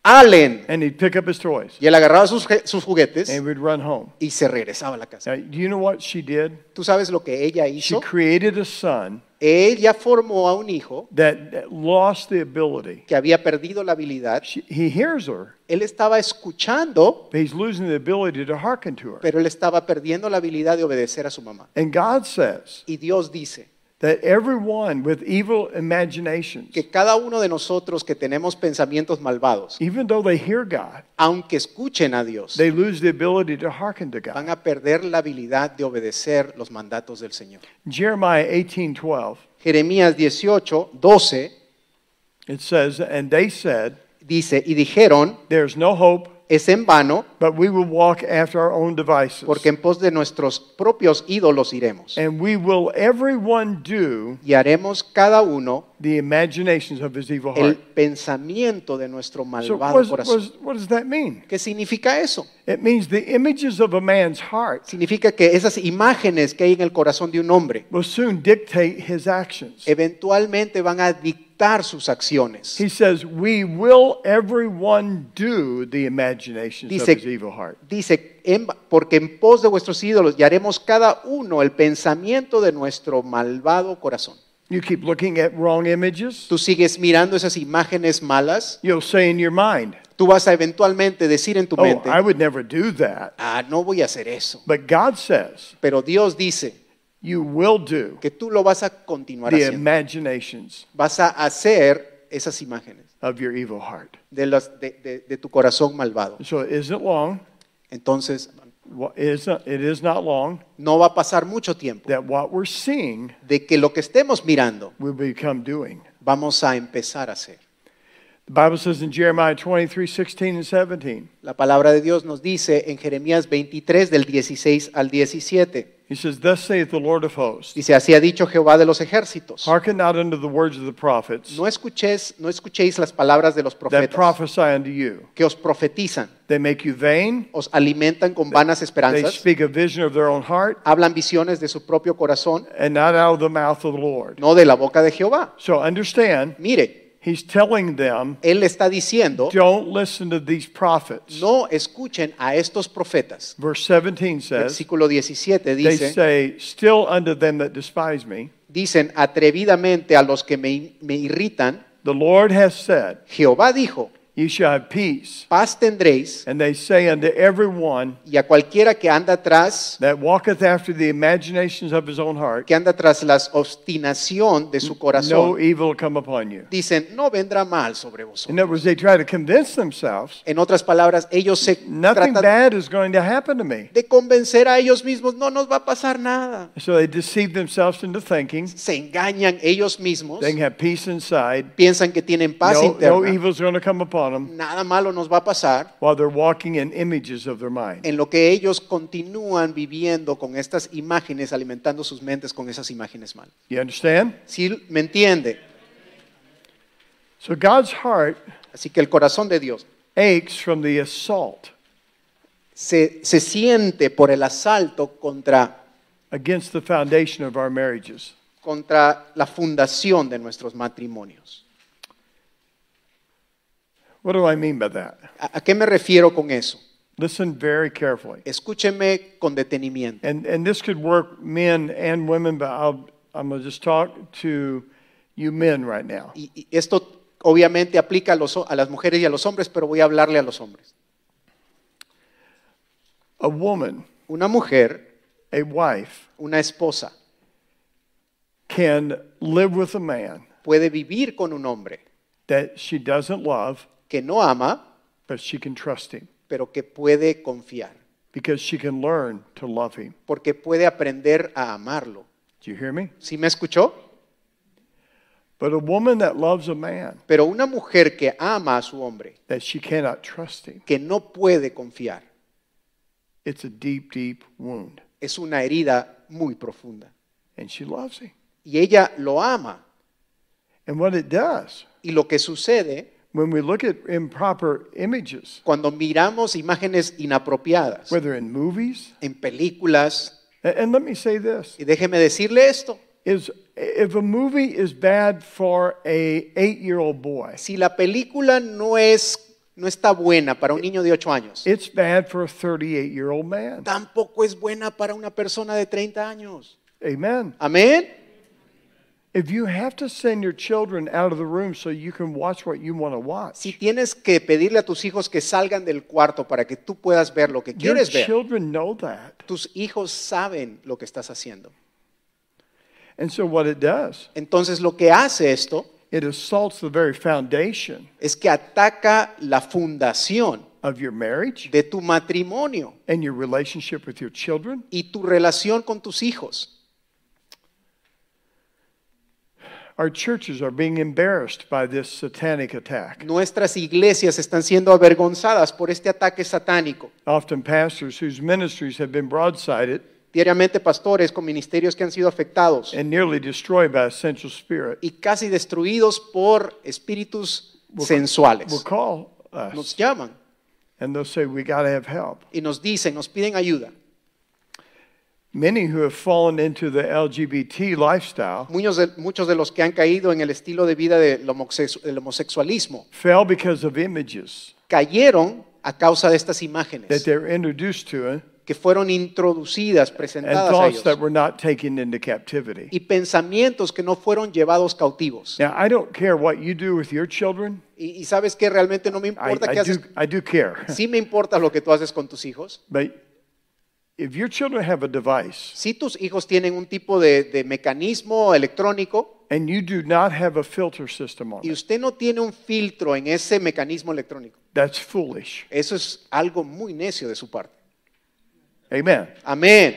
S2: Allen.
S1: And he'd pick up his toys
S2: Y él agarraba sus, je- sus juguetes
S1: and would run home.
S2: y se regresaba a la casa.
S1: Now, do you know what she did?
S2: ¿Tú sabes lo que ella
S1: She
S2: hizo?
S1: created a son
S2: Ella formó a un hijo
S1: that, that lost the ability.
S2: que había perdido la habilidad.
S1: She, he hears her,
S2: Él estaba escuchando,
S1: but he's losing the ability to hearken to her.
S2: pero él estaba perdiendo la habilidad de obedecer a su mamá.
S1: And God says
S2: Y Dios dice
S1: that everyone with evil imaginations,
S2: que cada uno de nosotros que tenemos pensamientos malvados,
S1: even though they hear God,
S2: aunque escuchen a Dios,
S1: they lose the ability to hearken to God.
S2: van a perder la habilidad de obedecer los mandatos del Señor.
S1: Jeremiah 18:12
S2: Jeremías 18, 12
S1: it says, "And they said,
S2: dice, y dijeron,
S1: there's no hope,
S2: es en vano,
S1: but we will walk after our own devices,
S2: porque en pos de nuestros propios ídolos iremos.
S1: and we will everyone do
S2: Y haremos cada uno
S1: the imaginations of his evil
S2: el
S1: heart."
S2: pensamiento de nuestro
S1: So pues,
S2: malvado
S1: what, is-
S2: corazón.
S1: what is- what does that mean?
S2: ¿Qué significa eso?
S1: It means the images of a man's heart
S2: Significa que esas imágenes que hay en el corazón de un hombre
S1: will soon dictate his actions.
S2: eventualmente van a dictar sus acciones.
S1: He says, "We will everyone do the imaginations of
S2: Dice-
S1: his evil heart."
S2: Dice, en- porque en pos de vuestros ídolos y haremos cada uno el pensamiento de nuestro malvado corazón.
S1: You keep looking at wrong images,
S2: Tú sigues mirando esas imágenes malas,
S1: you'll say in your mind,
S2: tú vas a eventualmente decir en tu
S1: "Oh,
S2: mente,
S1: I would never do that."
S2: ah, no voy a hacer eso.
S1: But God says,
S2: Pero Dios dice
S1: "You will do
S2: que tú lo vas a continuar
S1: the
S2: haciendo.
S1: imaginations
S2: Vas a hacer esas imágenes
S1: of your evil heart."
S2: de, las- de- de- de tu corazón malvado.
S1: So it isn't long.
S2: Entonces,
S1: wha- it is not, it is not long
S2: no va a pasar mucho tiempo
S1: that what we're seeing
S2: de que lo que estemos mirando
S1: will become doing.
S2: vamos a empezar a hacer.
S1: The Bible says in Jeremiah 23, 16 and 17,
S2: La palabra de Dios nos dice en Jeremías 23 del 16 al 17.
S1: he says, Thus saith the Lord of hosts,
S2: Dice, así ha dicho Jehová de los ejércitos.
S1: hearken not unto the words of the prophets
S2: No escuchéis, no escuchéis las palabras de los
S1: that
S2: profetas
S1: prophesy unto you.
S2: que os profetizan,
S1: They make you vain,
S2: os alimentan con vanas
S1: they
S2: esperanzas,
S1: speak a vision of their own heart,
S2: hablan visiones de su propio corazón,
S1: and not out of the mouth of the Lord.
S2: no de la boca de Jehová.
S1: So understand,
S2: Mire,
S1: he's telling them,
S2: él le está diciendo,
S1: don't listen to these prophets.
S2: no escuchen a estos profetas.
S1: Verse 17 says,
S2: Versículo 17
S1: They
S2: dice,
S1: say, Still unto them that despise me,
S2: dicen atrevidamente a los que me, me irritan,
S1: the Lord hath said,
S2: Jehová dijo,
S1: Ye shall have peace.
S2: paz tendréis,
S1: And they say unto every one
S2: y a cualquiera que anda atrás,
S1: that walketh after the imaginations of his own heart,
S2: que anda tras la obstinación de su
S1: no
S2: corazón,
S1: evil will come upon you.
S2: dicen, no vendrá mal sobre vosotros.
S1: In other words, they try to convince themselves
S2: En otras palabras, ellos se
S1: nothing
S2: tratan
S1: bad is going to happen to me.
S2: de convencer a ellos mismos, no nos va a pasar nada.
S1: So they deceive themselves into thinking
S2: Se engañan ellos mismos,
S1: they can have peace inside.
S2: piensan que tienen paz
S1: No, no
S2: interna,
S1: evil is going to come upon them
S2: nada malo nos va a pasar,
S1: while they're walking in images of their mind.
S2: en lo que ellos continúan viviendo con estas imágenes, alimentando sus mentes con esas imágenes mal.
S1: You understand?
S2: ¿Sí me entiende?
S1: So God's heart
S2: Así que el corazón de Dios
S1: aches from the assault
S2: se, se siente por el asalto contra,
S1: against the foundation of our marriages.
S2: contra la fundación de nuestros matrimonios.
S1: What do I mean by that?
S2: ¿A- ¿A qué me refiero con eso?
S1: Listen very carefully.
S2: Escúcheme con detenimiento.
S1: And, and this could work men and women, but I'll, I'm going to just talk to you men right now.
S2: Y, y esto obviamente aplica a, los ho- a las mujeres y a los hombres, pero voy a hablarle a los hombres.
S1: A woman,
S2: Una mujer,
S1: a wife,
S2: una esposa,
S1: can live with a man
S2: puede vivir con un hombre
S1: that she doesn't love,
S2: que no ama,
S1: but she can trust him
S2: pero que puede confiar,
S1: because she can learn to love him.
S2: porque puede aprender a amarlo.
S1: Do you hear me?
S2: ¿Sí me escuchó?
S1: But a woman that loves a man
S2: Pero una mujer que ama a su hombre,
S1: that she cannot trust him,
S2: que no puede confiar,
S1: it's a deep, deep wound.
S2: es una herida muy profunda.
S1: And she loves him.
S2: Y ella lo ama.
S1: And what it does
S2: Y lo que sucede
S1: when we look at improper images,
S2: cuando miramos imágenes inapropiadas
S1: whether in movies,
S2: en películas,
S1: and, and let me say this,
S2: y déjeme decirle esto,
S1: is if a movie is bad for a eight-year-old boy,
S2: si la película no es no está buena para un niño de 8 años,
S1: it's bad for a 38-year-old man.
S2: tampoco es buena para una persona de 30 años.
S1: Amen.
S2: Amén.
S1: If you have to send your children out of the room so you can watch what you want to
S2: Si
S1: watch,
S2: tienes que pedirle a tus hijos que salgan del cuarto para que tú puedas ver lo que
S1: your
S2: quieres ver,
S1: children know that.
S2: tus hijos saben lo que estás haciendo.
S1: And so what it does,
S2: Entonces lo que hace esto
S1: it assaults the very foundation
S2: es que ataca la fundación
S1: of your marriage
S2: de tu matrimonio
S1: and your relationship with your children.
S2: y tu relación con tus hijos.
S1: Our churches are being embarrassed by this satanic attack.
S2: Nuestras iglesias están siendo avergonzadas por este ataque satánico.
S1: Often pastors whose ministries have been broadsided
S2: Diariamente pastores con ministerios que han sido afectados
S1: and nearly destroyed by a sensual spirit
S2: y casi destruidos por espíritus
S1: will
S2: sensuales.
S1: call us
S2: Nos llaman
S1: and they'll say, We got to have help.
S2: y nos dicen, nos piden ayuda.
S1: Many who have fallen into the LGBT lifestyle
S2: Muchos de, muchos de los que han caído en el estilo de vida del homosex- del homosexualismo
S1: fell because of images
S2: cayeron a causa de estas
S1: that
S2: imágenes
S1: they're introduced to
S2: que fueron introducidas,
S1: and
S2: presentadas a
S1: thoughts
S2: ellos.
S1: that were not taken into captivity.
S2: y pensamientos que no fueron llevados cautivos.
S1: Now, I don't care what you do with your children,
S2: Y, y sabes que realmente no me
S1: I,
S2: importa qué
S1: I, do,
S2: haces.
S1: I do care.
S2: Sí me importa lo que tú haces con tus hijos.
S1: But if your children have a device
S2: Si tus hijos tienen un tipo de, de mecanismo electrónico
S1: and you do not have a filter system on
S2: y
S1: it,
S2: usted no tiene un filtro en ese mecanismo electrónico,
S1: that's foolish.
S2: eso es algo muy necio de su parte.
S1: Amen.
S2: Amén.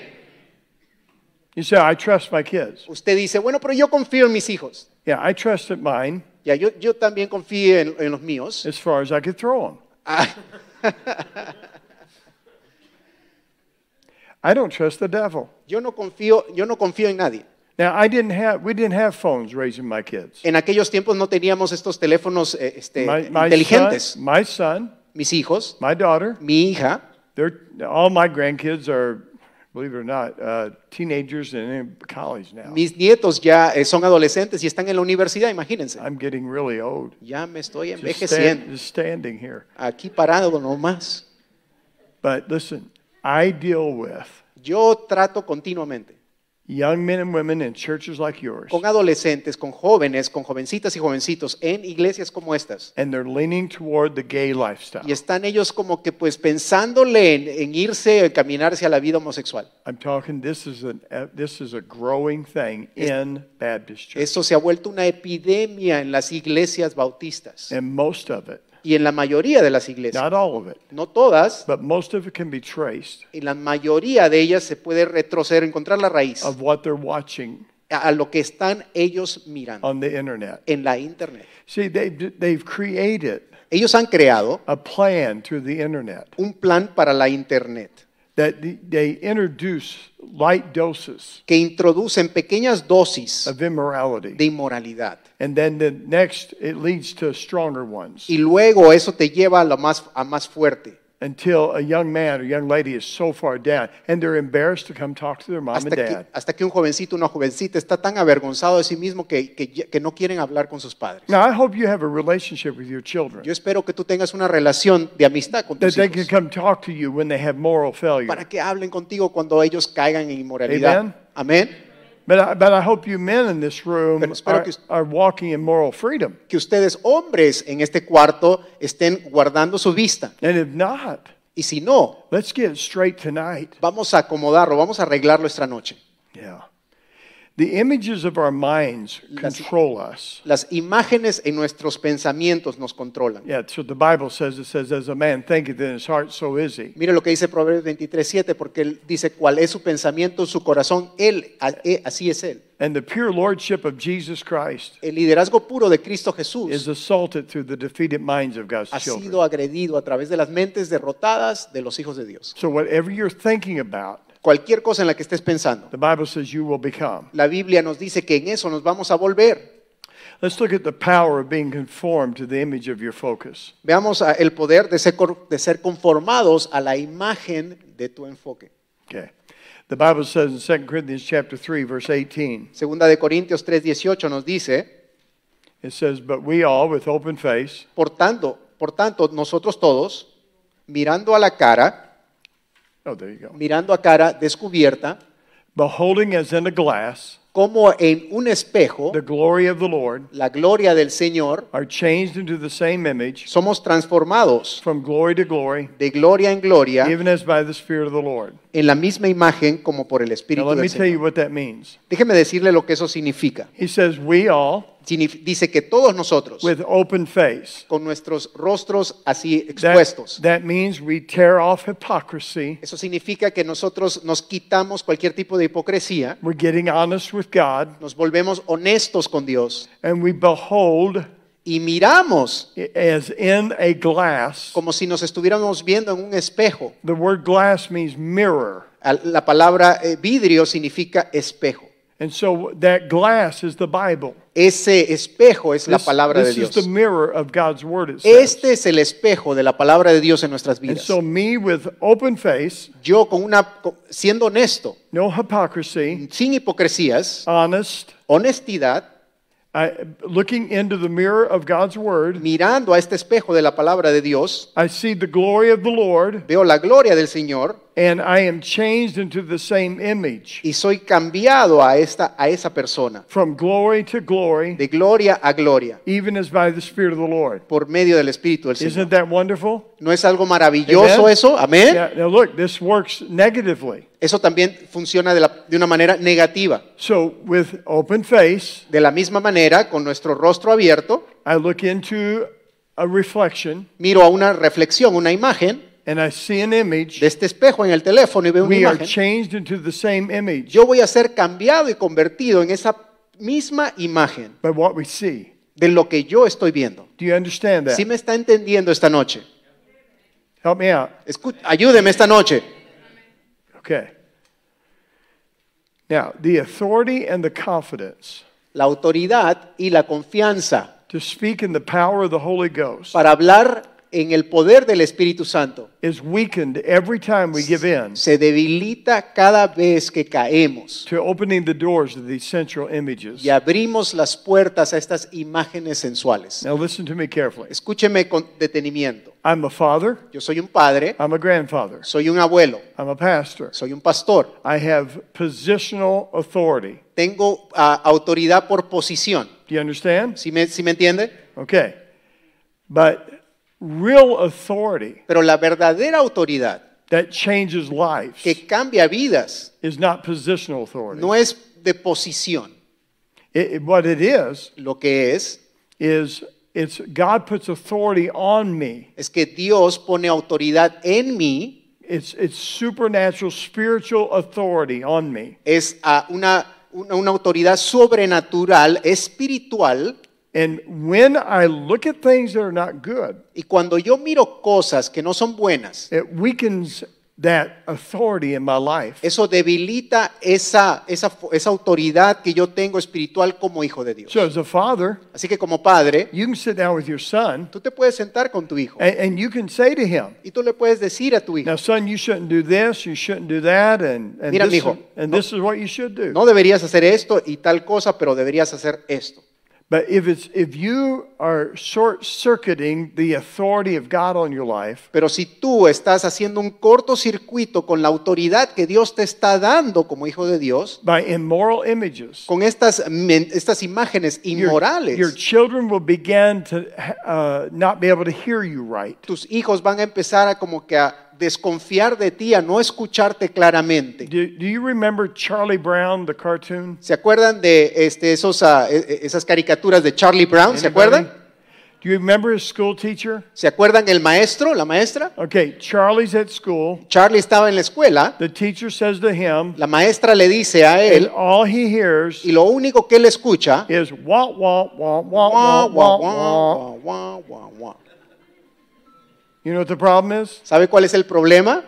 S1: You say, I trust my kids.
S2: Usted dice, bueno, pero yo confío en mis hijos.
S1: Yeah, I trusted mine
S2: Ya, yo, yo también confío en, en los míos.
S1: as far as I could throw them.
S2: Ah,
S1: I don't trust the devil.
S2: yo, no confío, yo no confío en nadie.
S1: Now, I didn't have, we didn't have phones raising my kids.
S2: En aquellos tiempos no teníamos estos teléfonos eh, este,
S1: My, my
S2: inteligentes.
S1: son, my son,
S2: Mis hijos,
S1: my daughter,
S2: mi hija,
S1: they're, all my grandkids are, believe it or not, uh, teenagers and in college now.
S2: mis nietos ya eh, son adolescentes y están en la universidad, imagínense.
S1: I'm getting really old.
S2: Ya me estoy
S1: Just,
S2: envejeciendo.
S1: stand- just standing here.
S2: Aquí parado nomás.
S1: But listen, I deal with
S2: Yo trato continuamente
S1: young men and women in churches like yours,
S2: con adolescentes, con jóvenes, con jovencitas y jovencitos en iglesias como estas.
S1: and they're leaning toward the gay lifestyle.
S2: Y están ellos como que pues pensándole en, en irse, en caminar hacia la vida homosexual.
S1: I'm talking. This is an uh, this is a growing thing
S2: Es-
S1: in Baptist church,
S2: Eso se ha vuelto una epidemia en las iglesias bautistas
S1: and most of it,
S2: y en la mayoría de las iglesias.
S1: not all of it,
S2: No todas,
S1: but most of it can be traced
S2: en la mayoría de ellas se puede retroceder, encontrar la raíz
S1: of what they're watching
S2: a, a lo que están ellos mirando
S1: on the internet.
S2: en la internet.
S1: See, they've they've created
S2: Ellos han creado
S1: a plan through the internet
S2: un plan para la internet
S1: that the- they introduce light doses
S2: que introducen pequeñas dosis
S1: of immorality.
S2: de inmoralidad.
S1: And then the next, it leads to stronger ones
S2: Y luego eso te lleva a, lo más, a más fuerte.
S1: until a young man or young lady is so far down and they're embarrassed to come talk to their mom
S2: Hasta
S1: and
S2: que,
S1: dad.
S2: hasta que un jovencito, una jovencita está tan avergonzado de sí mismo que, que ya- que no quieren hablar con sus padres.
S1: Now, I hope you have a relationship with your
S2: Yo
S1: children
S2: espero que tú tengas una relación de amistad con
S1: that
S2: tus
S1: they can
S2: hijos
S1: come talk to you when they have moral failure.
S2: para que hablen contigo cuando ellos caigan en inmoralidad.
S1: Amen.
S2: Amén.
S1: But I, but I hope you men in this room
S2: Pero espero
S1: are,
S2: que us-
S1: are walking in moral freedom.
S2: Que ustedes, hombres, en este cuarto estén guardando su vista.
S1: And if not,
S2: Y si no,
S1: let's get it straight tonight.
S2: vamos a acomodarlo, vamos a arreglarlo esta noche.
S1: Yeah. The images of our minds
S2: Las-
S1: control us.
S2: Las imágenes en nuestros pensamientos nos controlan.
S1: Yeah, so the Bible says it says, as a man thinketh in his heart, so is he.
S2: Mire lo que dice Proverbios 23.7 porque él dice, cuál es su pensamiento, su corazón, él, a- eh, así es él.
S1: And the pure lordship of Jesus Christ
S2: El liderazgo puro de Cristo
S1: is
S2: Jesús
S1: assaulted through the defeated minds of God's
S2: ha
S1: children.
S2: sido agredido a través de las mentes derrotadas de los hijos de Dios.
S1: So whatever you're thinking about,
S2: Cualquier cosa en la que estés pensando,
S1: the Bible says you will become.
S2: la Biblia nos dice que en eso nos vamos a volver.
S1: Let's look at the power of being conformed to the image of your focus.
S2: Veamos ah, el poder de ser, cor- de ser conformados a la imagen de tu enfoque.
S1: Okay. The Bible says in 2 Corinthians chapter 3 verse 18.
S2: Segunda de Corintios 3:18 nos dice,
S1: It says, "But we all with open face,
S2: Por tanto, por tanto, nosotros todos, mirando a la cara,
S1: oh there you go.
S2: mirando a cara descubierta,
S1: Beholding as in a glass
S2: como en un espejo,
S1: the glory of the Lord,
S2: la gloria del Señor,
S1: are changed into the same image
S2: somos transformados
S1: from glory to glory,
S2: de gloria en gloria
S1: even as by the Spirit of the Lord."
S2: en la misma imagen como por el
S1: Now
S2: Espíritu
S1: let me
S2: del
S1: tell you
S2: Señor.
S1: what that means.
S2: Déjeme decirle lo que eso significa.
S1: He says, "We all
S2: Signif- Dice que todos nosotros,
S1: with open face."
S2: con nuestros rostros así
S1: That,
S2: expuestos,
S1: that means we tear off hypocrisy.
S2: eso significa que nosotros nos quitamos cualquier tipo de hipocresía,
S1: We're getting honest with God,
S2: nos volvemos honestos con Dios
S1: and we behold
S2: y miramos
S1: as in a glass.
S2: como si nos estuviéramos viendo en un espejo.
S1: The word glass means mirror.
S2: Al- La palabra eh, vidrio significa espejo.
S1: And so that glass is the Bible.
S2: Ese espejo es la
S1: This-
S2: palabra de
S1: this
S2: Dios.
S1: is the mirror of God's word. It says.
S2: Este es el espejo de la palabra de Dios en nuestras
S1: And
S2: vidas.
S1: so me with open face,
S2: Yo con una con- siendo honesto,
S1: no hypocrisy,
S2: sin hipocresías,
S1: honest,
S2: honestidad,
S1: I, looking into the mirror of God's word,
S2: mirando a este espejo de la palabra de Dios,
S1: I see the glory of the Lord,
S2: veo la gloria del Señor
S1: and I am changed into the same image,
S2: y soy cambiado a esta a esa persona
S1: from glory to glory,
S2: de gloria a gloria
S1: even as by the Spirit of the Lord.
S2: por medio del espíritu del Señor.
S1: Isn't that wonderful?
S2: ¿No es algo maravilloso
S1: Amen.
S2: eso? Amén.
S1: Yeah, now look, this works negatively.
S2: Eso también funciona de, la- de una manera negativa.
S1: So with open face,
S2: De la misma manera, con nuestro rostro abierto,
S1: I look into a reflection
S2: miro a una reflexión, una imagen,
S1: and I see an image,
S2: de este espejo en el teléfono y veo una
S1: we are
S2: imagen,
S1: changed into the same image
S2: yo voy a ser cambiado y convertido en esa misma imagen
S1: by what we see.
S2: de lo que yo estoy viendo.
S1: Do you understand
S2: Si
S1: that?
S2: me está entendiendo esta noche,
S1: Help me out.
S2: Escu- ayúdeme esta noche.
S1: Okay. Now, the authority and the confidence
S2: La autoridad y la confianza
S1: to speak in the power of the Holy Ghost
S2: para hablar en el poder del Espíritu Santo
S1: is weakened every time we give in
S2: se debilita cada vez que caemos
S1: to opening the doors of these central images.
S2: y abrimos las puertas a estas imágenes sensuales.
S1: Now, listen to me carefully.
S2: Escúcheme con detenimiento.
S1: I'm a father,
S2: Yo soy un padre,
S1: I'm a grandfather,
S2: soy un abuelo,
S1: I'm a pastor,
S2: soy un pastor.
S1: I have positional authority.
S2: Tengo ah, autoridad por posición.
S1: Do you understand?
S2: ¿Sí me, sí me entiende?
S1: Okay. But real authority
S2: Pero la verdadera autoridad
S1: that changes lives
S2: que cambia vidas
S1: is not positional authority.
S2: no es de posición.
S1: It- it- what it is,
S2: Lo que es
S1: is it's God puts authority on me.
S2: es que Dios pone autoridad en mí,
S1: It's, it's supernatural, spiritual authority on me.
S2: es ah, una, una, una autoridad sobrenatural, espiritual,
S1: And when I look at things that are not good,
S2: y cuando yo miro cosas que no son buenas,
S1: it weakens that authority in my life.
S2: eso debilita esa, esa, fu- esa autoridad que yo tengo espiritual como hijo de Dios.
S1: So, as a father,
S2: Así que como padre,
S1: you can sit down with your son
S2: tú te puedes sentar con tu hijo
S1: and, and you can say to him,
S2: y tú le puedes decir a tu hijo,
S1: Now, son, you shouldn't do this, you shouldn't do that, and, and,
S2: Mira,
S1: this,
S2: mijo,
S1: and
S2: no-
S1: this is what you should do.
S2: no deberías hacer esto y tal cosa, pero deberías hacer esto.
S1: But if, it's, if you are short circuiting the authority of God on your life,
S2: Pero si tú estás haciendo un cortocircuito con la autoridad que Dios te está dando como hijo de Dios,
S1: by immoral images.
S2: con estas, men- estas imágenes
S1: Your-
S2: inmorales,
S1: Your, children will begin to uh, not be able to hear you right.
S2: tus hijos van a empezar a como que a desconfiar de ti, a no escucharte claramente.
S1: Do, do you remember Charlie Brown, the cartoon?
S2: ¿Se acuerdan de este, esos, ah, e- e- esas caricaturas de Charlie Brown? ¿Se acuerdan?
S1: Anybody? Do you remember his school teacher?
S2: ¿Se acuerdan el maestro, la maestra?
S1: Okay, Charlie's at school.
S2: Charlie estaba en la escuela,
S1: The teacher says to him,
S2: la maestra le dice a
S1: and
S2: él,
S1: all he hears
S2: y lo único que él escucha,
S1: is wah, wah, wah,
S2: "Guau,
S1: wah, wah,
S2: guau,
S1: wah, wah.
S2: guau, guau, guau, guau".
S1: You know what the problem is?
S2: ¿Sabe cuál es el problema?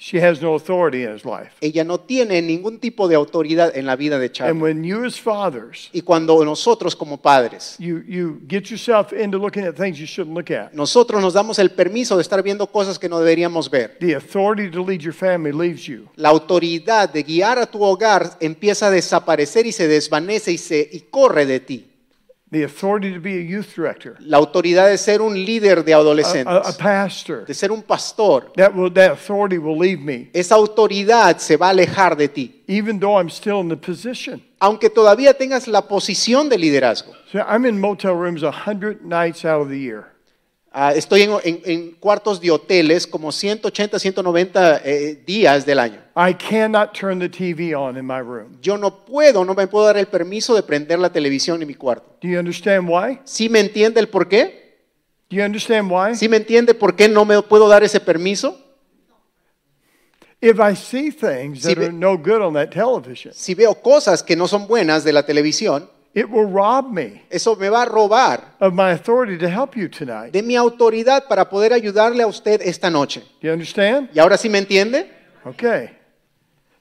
S1: She has no authority in his life.
S2: Ella no tiene ningún tipo de autoridad en la vida de
S1: And
S2: Charlie.
S1: when you, as fathers,
S2: Y cuando nosotros como padres,
S1: you, you get yourself into looking at things you shouldn't look at,
S2: nosotros nos damos el permiso de estar viendo cosas que no deberíamos ver.
S1: the authority to lead your family leaves you.
S2: La autoridad de guiar a tu hogar empieza a desaparecer y se desvanece y, se, y corre de ti.
S1: The authority to be a youth director,
S2: La autoridad de ser un líder de
S1: a, a- a
S2: adolescentes,
S1: pastor.
S2: de ser un pastor,
S1: That, will, that authority will leave me,
S2: esa autoridad se va a alejar de ti,
S1: even though I'm still in the position.
S2: aunque todavía tengas la posición de liderazgo.
S1: So I'm in motel rooms 100 nights out of the year.
S2: Ah, estoy en, en- en cuartos de hoteles como 180, 190 eh, días del año.
S1: I cannot turn the TV on in my room.
S2: Yo no puedo, no me puedo dar el permiso de prender la televisión en mi cuarto.
S1: Do you understand why?
S2: ¿Sí me entiende el por qué?
S1: Do you understand why?
S2: ¿Sí me entiende por qué no me puedo dar ese permiso?
S1: If I see things
S2: Si
S1: that
S2: ve-
S1: are no good on that television,
S2: Si veo cosas que no son buenas de la televisión,
S1: it will rob me
S2: eso me va a robar
S1: of my authority to help you tonight. Do
S2: de mi autoridad para poder ayudarle a usted esta noche.
S1: you understand?
S2: ¿Y ahora sí me entiende?
S1: Okay.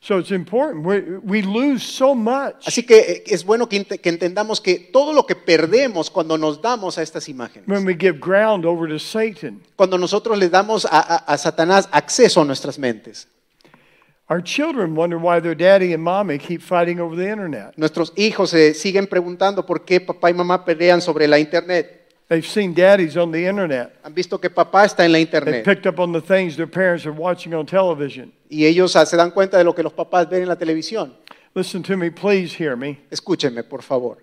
S1: So it's important. We, we lose so much
S2: Así que eh, es bueno que, ent- que entendamos que todo lo que perdemos cuando nos damos a estas
S1: when
S2: imágenes,
S1: we give ground over to Satan.
S2: cuando nosotros le damos a- a- a Satanás acceso a nuestras mentes.
S1: Our children wonder why their daddy and mommy keep fighting over the internet.
S2: Nuestros hijos se siguen preguntando por qué papá y mamá pelean sobre la internet.
S1: They've seen daddies on the internet.
S2: Han visto que papá está en la
S1: They
S2: internet
S1: picked up on the things their parents are watching on television.
S2: y ellos ah, se dan cuenta de lo que los papás ven en la televisión.
S1: Listen to me, please hear me.
S2: Escúchenme, por favor.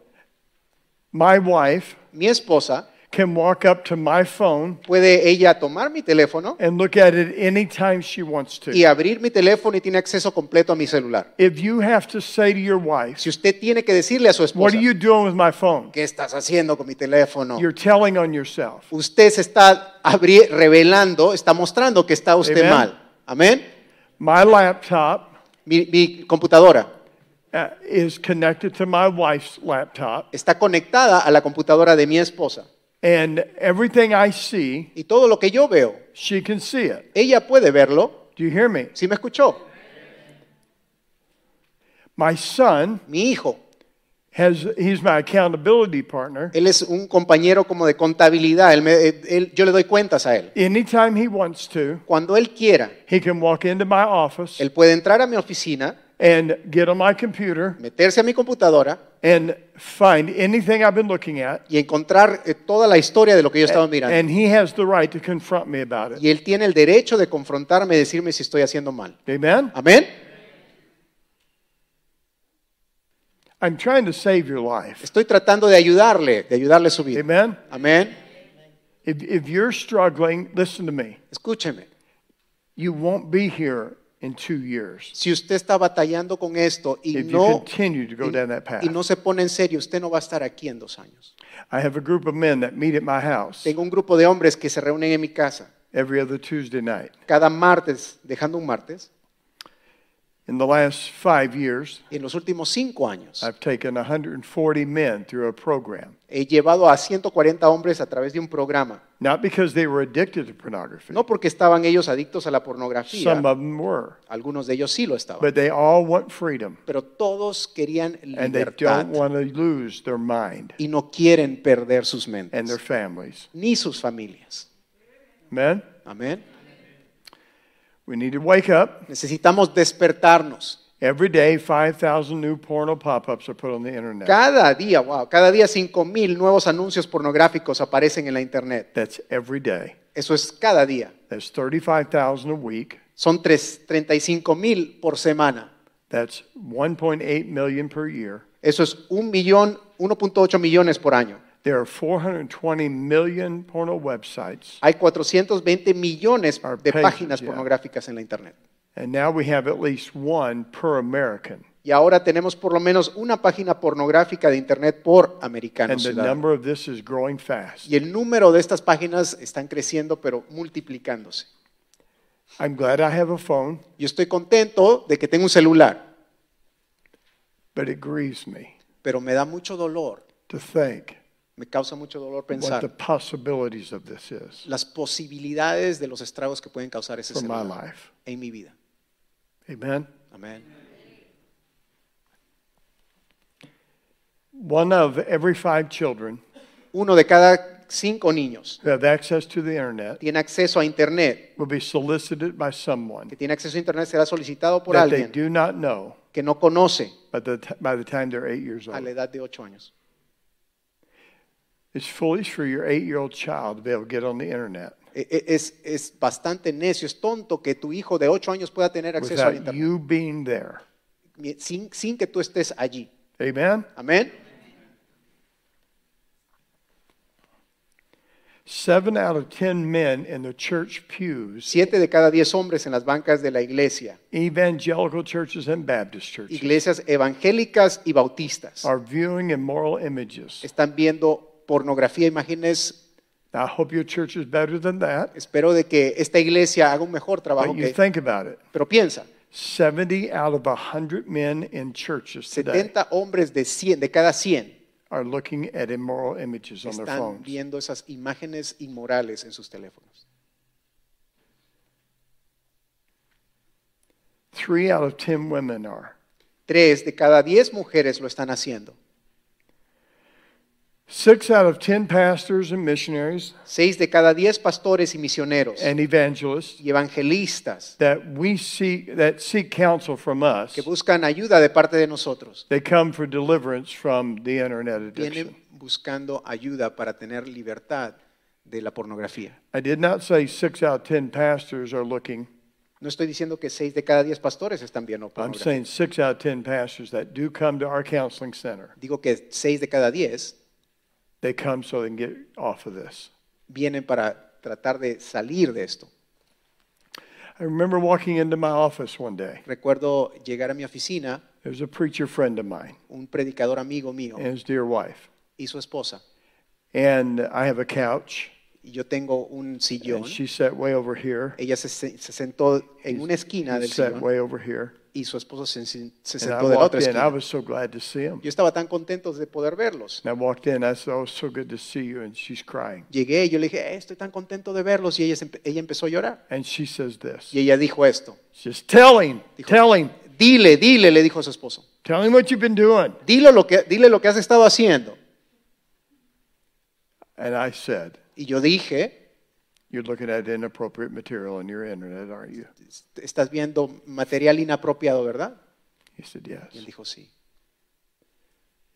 S1: My wife
S2: Mi esposa
S1: can walk up to my phone
S2: Puede ella tomar mi teléfono
S1: and look at it anytime she wants to.
S2: y abrir mi teléfono y tiene acceso completo a mi celular.
S1: If you have to say to your wife,
S2: Si usted tiene que decirle a su
S1: What
S2: esposa,
S1: are you doing with my phone?
S2: ¿qué estás haciendo con mi teléfono?
S1: You're telling on yourself.
S2: Usted se está abri- revelando, está mostrando que está usted
S1: Amen.
S2: mal. Amén.
S1: My laptop
S2: Mi, mi computadora
S1: uh, is connected to my wife's laptop,
S2: está conectada a la computadora de mi esposa
S1: and everything I see,
S2: y todo lo que yo veo,
S1: she can see it.
S2: ella puede verlo.
S1: Do you hear me?
S2: Si me escuchó,
S1: My son
S2: mi hijo,
S1: has he's my accountability partner.
S2: él es un compañero como de contabilidad. él me- él- él- yo le doy cuentas a él.
S1: Anytime he wants to,
S2: Cuando él quiera,
S1: he can walk into my office
S2: él puede entrar a mi oficina,
S1: and get on my computer
S2: meterse a mi computadora
S1: and find anything I've been looking at.
S2: y encontrar eh, toda la historia de lo que yo
S1: Eh,
S2: estaba mirando.
S1: And he has the right to confront me about it.
S2: y él tiene el derecho de confrontarme y decirme si estoy haciendo mal.
S1: Amen?
S2: Amén.
S1: I'm trying to save your life.
S2: Estoy tratando de ayudarle, de ayudarle a su vida.
S1: Amen?
S2: Amén.
S1: If, if you're struggling, listen to me.
S2: Escúcheme,
S1: You won't be here in two years
S2: si usted está batallando con esto y
S1: if you
S2: no
S1: continue to go down that path.
S2: y no se pone en serio, usted no va a estar aquí en dos años.
S1: I have a group of men that meet at my house
S2: Tengo un grupo de hombres que se reúnen en mi casa
S1: every other Tuesday night.
S2: cada martes, dejando un martes.
S1: In the last five years,
S2: En los últimos cinco años
S1: I've taken 140 men through a program.
S2: he llevado a 140 hombres a través de un programa.
S1: Not because they were addicted to pornography.
S2: No porque estaban ellos adictos a la pornografía,
S1: Some of them were.
S2: algunos de ellos sí lo estaban,
S1: But they all want freedom.
S2: pero todos querían
S1: And they don't
S2: libertad
S1: want to lose their mind
S2: y no quieren perder sus
S1: and their
S2: mentes
S1: families.
S2: ni sus familias.
S1: Amen?
S2: Amén.
S1: We need to wake up.
S2: Necesitamos despertarnos.
S1: Every day, 5,000 new porno pop ups are put on the internet.
S2: Cada día, wow, cada día 5000 nuevos anuncios pornográficos aparecen en la internet.
S1: That's every day.
S2: Eso es cada día.
S1: That's 35,000 a week.
S2: Son 35,000 por semana.
S1: That's 1.8 million per year.
S2: Eso es un millón, 1.8 millones por año.
S1: There are 420 million porno websites.
S2: Hay 420 millones
S1: Our
S2: de
S1: page,
S2: páginas
S1: yeah.
S2: pornográficas en la internet.
S1: And now we have at least one per American.
S2: Y ahora tenemos por lo menos una página pornográfica de internet por americano.
S1: And the
S2: ciudadano.
S1: number of this is growing fast.
S2: Y el número de estas páginas están creciendo, pero multiplicándose.
S1: I'm glad I have a phone,
S2: Yo estoy contento de que tengo un celular,
S1: but it grieves me
S2: pero me da mucho dolor,
S1: to think
S2: me causa mucho dolor
S1: what the
S2: pensar
S1: possibilities of this is
S2: las posibilidades de los estragos que pueden causar ese
S1: for my
S2: celular
S1: life.
S2: en mi vida.
S1: Amen.
S2: Amén.
S1: One of every five children
S2: Uno de cada cinco niños
S1: who have access to the internet
S2: tiene acceso a internet,
S1: will be solicited by someone
S2: que tiene acceso a internet será solicitado por
S1: that they
S2: alguien
S1: do not know
S2: que no conoce
S1: by the, t- by the time they're eight years
S2: a la
S1: old.
S2: edad de ocho años.
S1: It's foolish for your eight year old child to be able to get on the internet
S2: E- e- Es, es bastante necio, es tonto que tu hijo de 8 años pueda tener acceso al
S1: without
S2: Internet
S1: you being there.
S2: mi- sin, sin que tú estés allí.
S1: Amen.
S2: Amén.
S1: Seven out of 10 men in the church pews,
S2: Siete de cada diez hombres en las bancas de la iglesia,
S1: evangelical churches, and Baptist churches
S2: iglesias evangélicas y bautistas,
S1: are viewing immoral images.
S2: están viendo pornografía, imágenes.
S1: I hope your church is better than that,
S2: Espero de que esta iglesia haga un mejor trabajo.
S1: but you
S2: que-
S1: think about it.
S2: pero piensa,
S1: 70 out of 100 men in churches today
S2: 70 hombres de 100, de cada 100
S1: are looking at immoral images on their
S2: están
S1: phones.
S2: viendo esas imágenes inmorales en sus teléfonos.
S1: Three out of 10 women are.
S2: Tres de cada 10 mujeres lo están haciendo.
S1: Six out of 10 pastors and missionaries
S2: Seis de cada diez pastores y misioneros
S1: and evangelists
S2: y evangelistas
S1: that we seek, that seek counsel from us,
S2: que buscan ayuda de parte de nosotros
S1: they come for deliverance from the internet addiction.
S2: vienen buscando ayuda para tener libertad de la pornografía.
S1: I did not say six out of 10 pastors are looking.
S2: No estoy diciendo que seis de cada diez pastores están viendo
S1: I'm
S2: pornografía.
S1: saying six out of 10 pastors that do come to our counseling center
S2: Digo que seis de cada diez
S1: They come so they can get off of this.
S2: vienen para tratar de salir de esto.
S1: I remember walking into my office one day.
S2: Recuerdo llegar a mi oficina,
S1: There was a preacher friend of mine
S2: un predicador amigo mío
S1: and his dear wife.
S2: y su esposa,
S1: And I have a couch.
S2: y yo tengo un sillón.
S1: And she sat way over here.
S2: Ella se, se- se sentó en una esquina
S1: He
S2: del
S1: sat
S2: sillón
S1: way over here.
S2: y su esposo se, se- se
S1: And I
S2: sentó de la
S1: walked
S2: otra
S1: in. I
S2: esquina.
S1: was so glad to see him.
S2: Yo estaba tan contento de poder verlos.
S1: And I walked in. I said, Oh, so good to see you. And she's crying.
S2: Llegué y yo le dije, "Eh, estoy tan contento de verlos. Y ella, se empe- ella empezó a llorar.
S1: And she says this.
S2: Y ella dijo esto.
S1: She's telling,
S2: Dijo-
S1: telling,
S2: Dile, dile, le dijo a su esposo.
S1: tell him what you've been doing.
S2: Dile lo que, dile lo que has estado haciendo.
S1: And I said,
S2: Y yo dije,
S1: You're looking at inappropriate material on your internet, aren't you?
S2: estás viendo material inapropiado, ¿verdad?
S1: He said,
S2: Y él
S1: Yes.
S2: dijo, sí.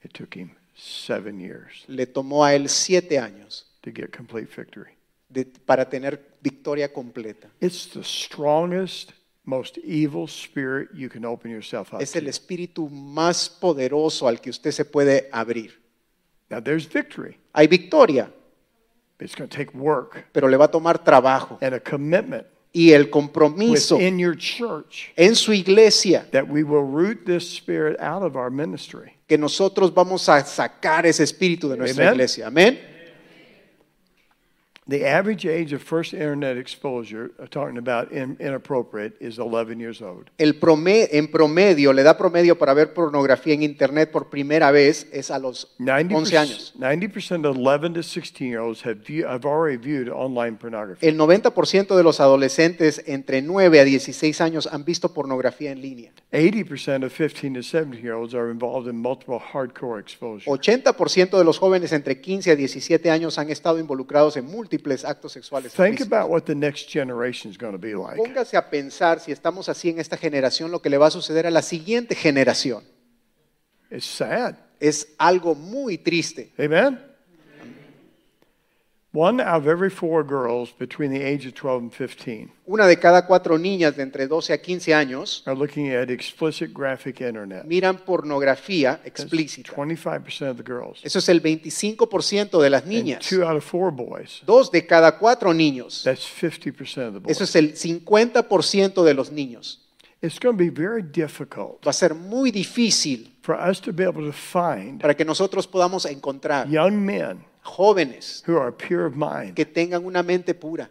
S1: It took him seven years
S2: Le tomó a él siete años
S1: to get complete victory.
S2: de- para tener victoria completa.
S1: It's the strongest, most evil spirit you can open yourself up
S2: Es el
S1: to.
S2: espíritu más poderoso al que usted se puede abrir.
S1: Now, there's victory,
S2: Hay victoria,
S1: but it's going to take work
S2: pero le va a tomar trabajo
S1: and a commitment
S2: y el compromiso
S1: within your church
S2: en su iglesia
S1: that we will root this spirit out of our ministry.
S2: que nosotros vamos a sacar ese espíritu de nuestra
S1: Amen.
S2: iglesia. Amén.
S1: The average age of first internet exposure, uh, talking about in, inappropriate, is 11 years old.
S2: El prome- en promedio, le da promedio para ver pornografía en internet por primera vez es a los 11 años.
S1: 90 percent of 11 to 16 year olds have, view, have already viewed online pornography.
S2: El 90% de los adolescentes entre 9 a 16 años han visto pornografía en línea.
S1: 80 percent of 15 to 17 year olds are involved in multiple hardcore exposure.
S2: 80% de los jóvenes entre 15 a 17 años han estado involucrados en múltiples actos sexuales.
S1: Think
S2: ilícitos.
S1: about what the next generation is going to be like.
S2: Póngase a pensar si estamos así en esta generación, lo que le va a suceder a la siguiente generación.
S1: It's sad.
S2: Es algo muy triste.
S1: Amen? One out of every four girls between the age of 12 and 15
S2: Una de cada cuatro niñas de entre 12 a 15 años
S1: are looking at explicit graphic internet.
S2: miran pornografía
S1: That's
S2: explícita.
S1: 25% of the girls.
S2: Eso es el 25% de las
S1: And
S2: niñas.
S1: two out of four boys.
S2: Dos de cada cuatro niños.
S1: That's 50% of the boys.
S2: Eso es el 50% de los niños.
S1: It's going to be very difficult
S2: Va a ser muy difícil
S1: for us to be able to find
S2: para que nosotros podamos encontrar
S1: young men
S2: jóvenes
S1: who are pure of mind.
S2: que tengan una mente pura.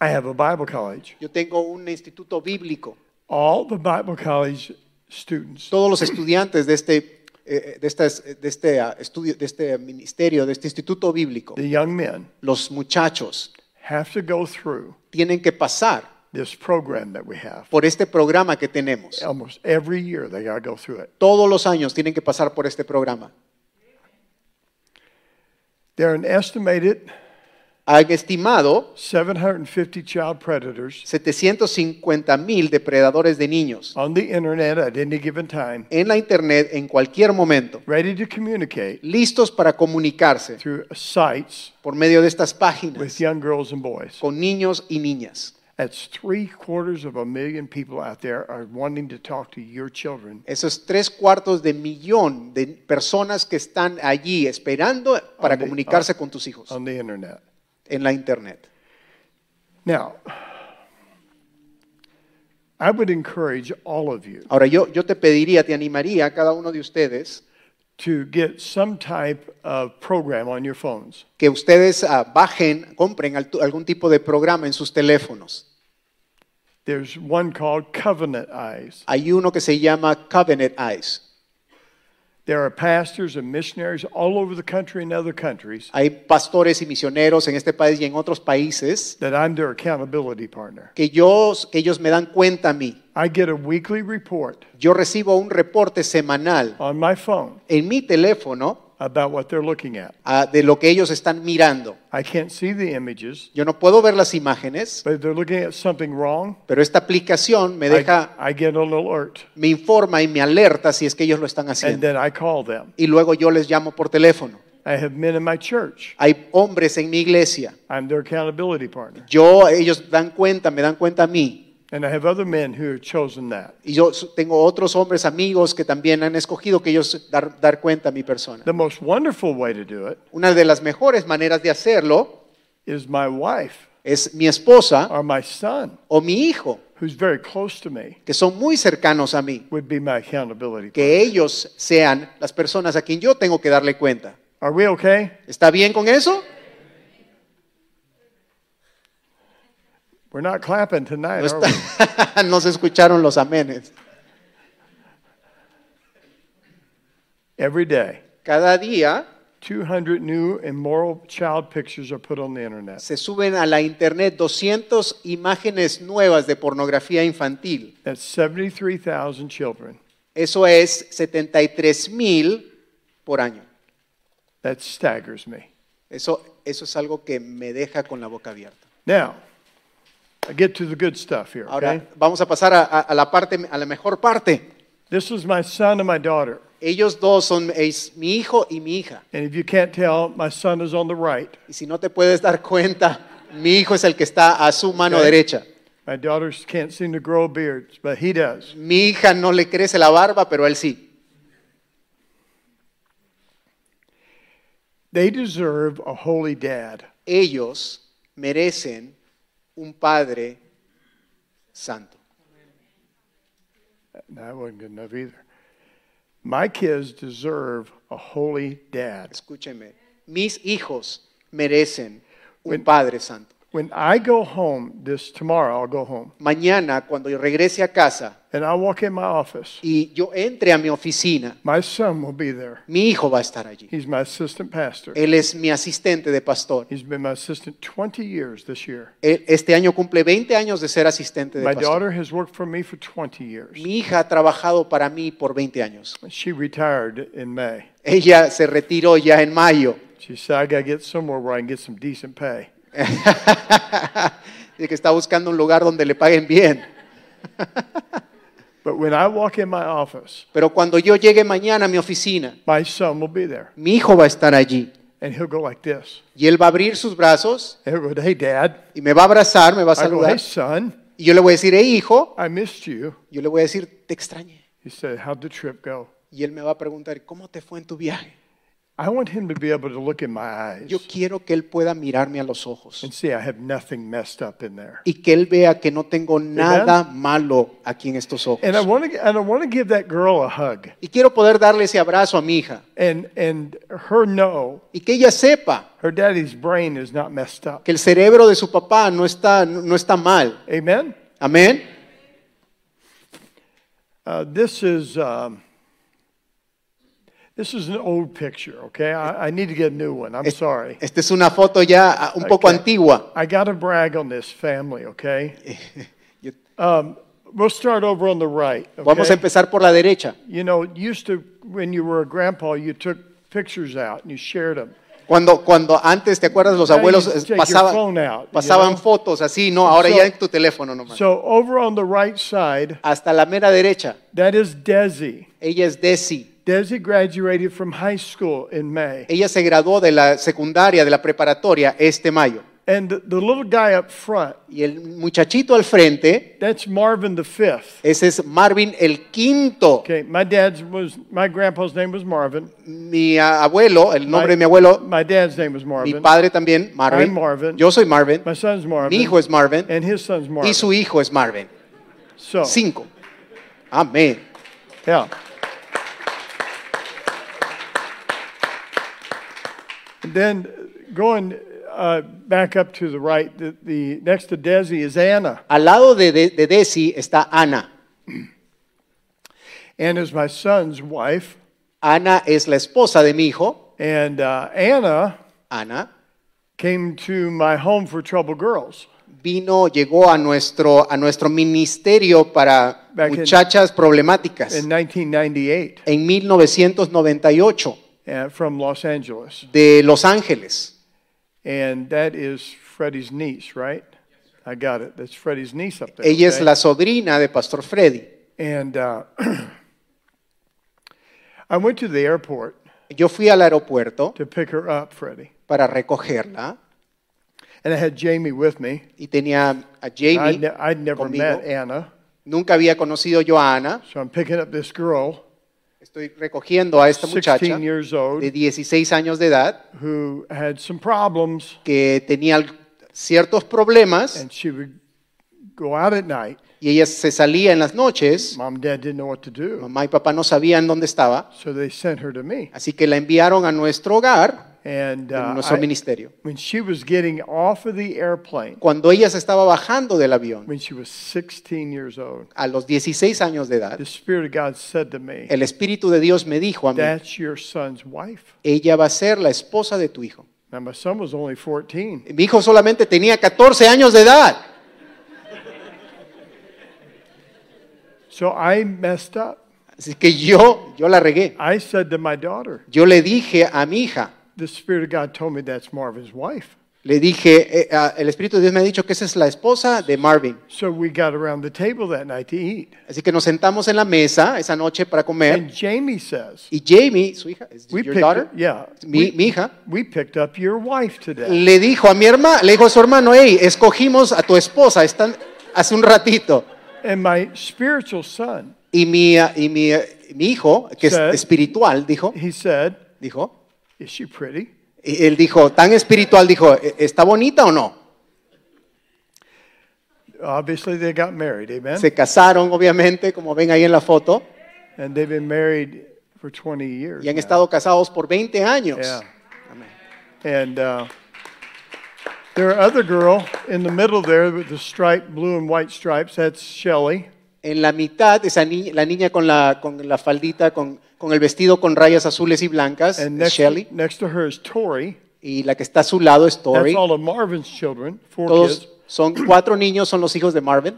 S1: I have a Bible college.
S2: Yo tengo un instituto bíblico.
S1: All the Bible college students
S2: Todos los estudiantes de este, eh, de estas- de este, ah, estudio, de este ministerio, de este instituto bíblico,
S1: the young men
S2: los muchachos
S1: have to go through
S2: tienen que pasar
S1: this program that we have.
S2: por este programa que tenemos.
S1: Almost every year they got to go through it.
S2: Todos los años tienen que pasar por este programa.
S1: There are an estimated
S2: Han estimado
S1: 750 child predators
S2: 750 mil depredadores de niños
S1: on the internet at any given time
S2: en la internet en cualquier momento,
S1: ready to communicate
S2: listos para comunicarse
S1: through sites
S2: por medio de estas
S1: with
S2: páginas
S1: young girls and boys.
S2: con niños y niñas.
S1: That's three quarters of a million people out there are wanting to talk to your children
S2: Esos tres cuartos de millón de personas que están allí esperando para
S1: Ande-
S2: comunicarse con tus hijos
S1: on the internet.
S2: en la internet.
S1: Now, I would encourage all of you
S2: Ahora yo, yo te pediría, te animaría a cada uno de ustedes
S1: to get some type of program on your phones.
S2: que ustedes ah, bajen, compren altu- algún tipo de programa en sus teléfonos.
S1: There's one called Covenant Eyes.
S2: Hay uno que se llama Covenant Eyes.
S1: There are pastors and missionaries all over the country and other countries
S2: Hay pastores y misioneros en este país y en otros países
S1: that I'm their accountability partner.
S2: que, yo, que ellos me dan cuenta a mí.
S1: I get a weekly report
S2: Yo recibo un reporte semanal
S1: on my phone
S2: en mi teléfono
S1: about what they're looking at.
S2: ah, de lo que ellos están mirando.
S1: I can't see the images,
S2: Yo no puedo ver las imágenes,
S1: but if they're looking at something wrong,
S2: pero esta aplicación me
S1: I,
S2: deja,
S1: I get an alert.
S2: me informa y me alerta si es que ellos lo están
S1: And
S2: haciendo.
S1: then I call them.
S2: Y luego yo les llamo por teléfono.
S1: I have men in my church.
S2: Hay hombres en mi iglesia.
S1: I'm their accountability partner.
S2: Yo, ellos dan cuenta, me dan cuenta a mí.
S1: And I have other men who have chosen that.
S2: Y yo su- tengo otros hombres amigos que también han escogido que ellos dar, dar cuenta a mi persona.
S1: The most wonderful way to do it
S2: Una de las mejores maneras de hacerlo
S1: is my wife
S2: es mi esposa
S1: or my son,
S2: o mi hijo,
S1: who's very close to me,
S2: que son muy cercanos a mí,
S1: would be my accountability.
S2: que ellos sean las personas a quien yo tengo que darle cuenta.
S1: Are we okay?
S2: ¿Está bien con eso?
S1: We're not clapping tonight,
S2: No
S1: are we?
S2: está- no se escucharon los amenes.
S1: Every day,
S2: Cada día
S1: 200 new immoral child pictures are put on the internet.
S2: se suben a la internet 200 imágenes nuevas de pornografía infantil.
S1: That's 73,000 children.
S2: Eso es 73 mil por año.
S1: That staggers me.
S2: Eso, eso es algo que me deja con la boca abierta.
S1: Now, I get to the good stuff here,
S2: Ahora
S1: okay?
S2: vamos a pasar a, a- a la parte, a la mejor parte.
S1: This is my son and my daughter.
S2: Ellos dos son es mi hijo y mi hija.
S1: And if you can't tell, my son is on the right,
S2: Y si no te puedes dar cuenta, mi hijo es el que está a su mano
S1: Ok.
S2: derecha.
S1: My daughters can't seem to grow beards, but he does.
S2: Mi hija no le crece la barba, pero él sí.
S1: They deserve a holy dad.
S2: Ellos merecen un padre santo.
S1: No, that wasn't good enough either. My kids deserve a holy dad.
S2: Escúcheme, mis hijos merecen un
S1: When-
S2: padre santo.
S1: When I go home this tomorrow, I'll go home,
S2: Mañana, cuando yo regrese a casa
S1: and I'll walk in my office.
S2: y yo entre a mi oficina,
S1: My son will be there.
S2: mi hijo va a estar allí.
S1: He's my assistant pastor.
S2: Él es mi asistente de pastor.
S1: He's been my assistant 20 years this year.
S2: Él- Este año cumple 20 años de ser asistente de
S1: My
S2: pastor.
S1: daughter has worked for me for 20 years.
S2: Mi hija ha trabajado para mí por 20 años.
S1: She retired in May.
S2: Ella se retiró ya en mayo.
S1: She said, I got to get somewhere where I can get some decent pay.
S2: De que está buscando un lugar donde le paguen bien.
S1: But when I walk in my office,
S2: Pero cuando yo llegue mañana a mi oficina,
S1: my son will be there.
S2: mi hijo va a estar allí.
S1: And he'll go like this.
S2: Y él va a abrir sus brazos
S1: And he'll go, hey, Dad.
S2: y me va a abrazar, me va a
S1: I go, hey,
S2: saludar.
S1: son,
S2: Y yo le voy a decir, hey hijo,
S1: I missed you.
S2: yo le voy a decir, te extrañé.
S1: He said, how'd the trip go?
S2: Y él me va a preguntar, ¿cómo te fue en tu viaje?
S1: I want him to be able to look in my eyes
S2: Yo quiero que él pueda mirarme a los ojos
S1: and see I have nothing messed up in there.
S2: y que él vea que no tengo nada malo aquí en estos ojos.
S1: And I want to, and I want to give that girl a hug
S2: Y quiero poder darle ese abrazo a mi hija
S1: and, and her know
S2: y que ella sepa
S1: her daddy's brain is not messed up.
S2: que el cerebro de su papá no está, no está mal.
S1: Amen?
S2: Amén.
S1: Uh, this is um, this is an old picture. Okay, I, I need to get a new one. I'm
S2: Es-
S1: sorry.
S2: Esta es una foto ya ah, un poco
S1: Ok.
S2: antigua.
S1: I got to brag on this family. Okay, Um,
S2: Yo-
S1: we'll start over on the right.
S2: Vamos a
S1: Okay?
S2: empezar por la derecha.
S1: You know, used to when you were a grandpa, you took pictures out and you shared them.
S2: Cuando, cuando antes, ¿te acuerdas? Los
S1: Now you
S2: abuelos eh,
S1: take your
S2: pasaban,
S1: phone out, you
S2: pasaban
S1: know?
S2: fotos así, no, ahora
S1: So-
S2: ya en tu teléfono nomás.
S1: So over on the right side,
S2: Hasta la mera derecha,
S1: that is Desi.
S2: ella es Desi.
S1: Desi graduated from high school in May,
S2: Ella se graduó de la secundaria, de la preparatoria, este mayo.
S1: and the, the little guy up front,
S2: Y el muchachito al frente,
S1: that's Marvin the fifth.
S2: ese es Marvin el quinto.
S1: Okay, my dad's was my grandpa's name was Marvin.
S2: Mi ah, abuelo, el
S1: My-
S2: nombre de mi abuelo,
S1: My dad's name was
S2: mi
S1: Marvin.
S2: padre también, Marvin.
S1: I'm Marvin.
S2: Yo soy Marvin.
S1: My son's Marvin.
S2: Mi hijo es Marvin.
S1: And his son's Marvin. Oh.
S2: Y su hijo es Marvin.
S1: so,
S2: Cinco. Amén.
S1: yeah. And then going uh, back up to the right, the, the next to Desi is Anna.
S2: Al lado de, de, de Desi está Ana.
S1: Anna's my son's wife,
S2: Ana es la esposa de mi hijo.
S1: and uh, Anna
S2: Ana
S1: came to my home for troubled girls.
S2: vino, llegó a nuestro, a nuestro ministerio para
S1: Back in-
S2: muchachas problemáticas
S1: In 1998,
S2: en 1998
S1: uh, from Los Angeles.
S2: de Los Ángeles.
S1: And that is Freddie's niece, right? I got it. That's Freddie's niece up there.
S2: Ella es
S1: okay?
S2: la sobrina de Pastor Freddy.
S1: And uh, I went to the airport
S2: Yo fui al aeropuerto
S1: to pick her up, Freddie.
S2: para recogerla.
S1: And I had Jamie with me.
S2: y tenía a
S1: I'd,
S2: Jamie.
S1: ne- I'd never
S2: conmigo.
S1: met Anna.
S2: Nunca había conocido yo a Ana.
S1: So I'm picking up this girl,
S2: Estoy recogiendo a esta
S1: 16
S2: muchacha
S1: years old,
S2: de 16 años de edad
S1: who had some problems,
S2: que tenía al- ciertos problemas
S1: and she would go out at night.
S2: y ella se salía en las noches.
S1: Mom and dad didn't know what to do,
S2: Mamá y papá no sabían dónde estaba,
S1: so they sent her to me.
S2: así que la enviaron a nuestro hogar,
S1: And
S2: a
S1: uh,
S2: nuestro
S1: I-
S2: ministerio.
S1: when she was getting off of the airplane,
S2: Cuando ella se estaba bajando del avión,
S1: when she was 16 years old,
S2: a los 16 años de edad,
S1: the Spirit of God said to me,
S2: el Espíritu de Dios me dijo a mí,
S1: That's your son's wife.
S2: ella va a ser la esposa de tu hijo.
S1: Now, my son was only 14.
S2: Mi hijo solamente tenía 14 años de edad.
S1: So I messed up.
S2: Así que yo, yo la regué.
S1: I said to my daughter,
S2: Yo le dije a mi hija,
S1: The Spirit of God told me that's Marvin's wife.
S2: le dije, eh, ah, el Espíritu de Dios me ha dicho que esa es la esposa de Marvin.
S1: So we got around the table that night to eat.
S2: Así que nos sentamos en la mesa esa noche para
S1: And
S2: comer.
S1: Jamie says,
S2: Y Jamie, su hija, is
S1: We
S2: your
S1: picked
S2: daughter?
S1: up, yeah,
S2: mi,
S1: we,
S2: mi hija,
S1: we picked up your wife today.
S2: le dijo a mi hermana, le dijo a su hermano, hey, escogimos a tu esposa están, hace un ratito.
S1: And my spiritual son,
S2: Y mi, ah, y mi, ah, mi hijo, que es
S1: Sí.
S2: espiritual, dijo,
S1: he said,
S2: dijo,
S1: Is she pretty?
S2: y él dijo, tan espiritual, dijo, "¿E- ¿está bonita o no?
S1: Obviously, they got married, amen?
S2: Se casaron, obviamente, como ven ahí en la foto,
S1: And they've been married for 20 years.
S2: y han
S1: now.
S2: estado casados por 20 años.
S1: Yeah.
S2: Amén.
S1: And uh, there are other girl in the middle there with the stripe, blue and white stripes. That's Shelly.
S2: En la mitad, esa ni- la niña con la, con la faldita, con, con el vestido con rayas azules y blancas,
S1: And
S2: es
S1: next,
S2: Shelly,
S1: next to her is Tori.
S2: y la que está a su lado es Tori.
S1: That's all of Marvin's children, four
S2: Todos
S1: kids.
S2: son cuatro niños, son los hijos de Marvin.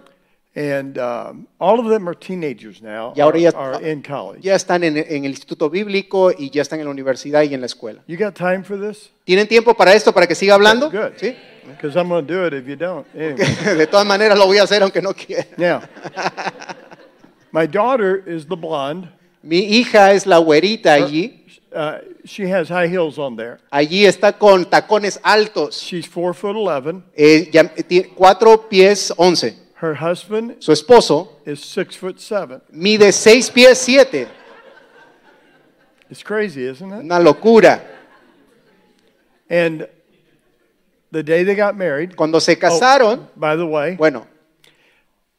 S1: And um, all of them are teenagers now,
S2: Y ahora ya-
S1: are, are in college.
S2: Ya están en, en el instituto bíblico y ya están en la universidad y en la escuela.
S1: You got time for this?
S2: ¿Tienen tiempo para esto, para que siga hablando?
S1: Good.
S2: ¿Sí?
S1: Because I'm going to do it if you don't. Anyway.
S2: De todas maneras lo voy a hacer aunque no quiera.
S1: now, my daughter is the blonde.
S2: Mi hija es la güerita allí.
S1: Uh, she has high heels on there.
S2: Allí está con tacones altos.
S1: She's four foot eleven.
S2: Eh, ya- ti- cuatro pies once.
S1: Her husband
S2: Su esposo
S1: is six foot seven.
S2: mide seis pies siete.
S1: It's crazy, isn't it?
S2: Una locura.
S1: And the day they got married,
S2: Cuando se casaron,
S1: by the way,
S2: bueno,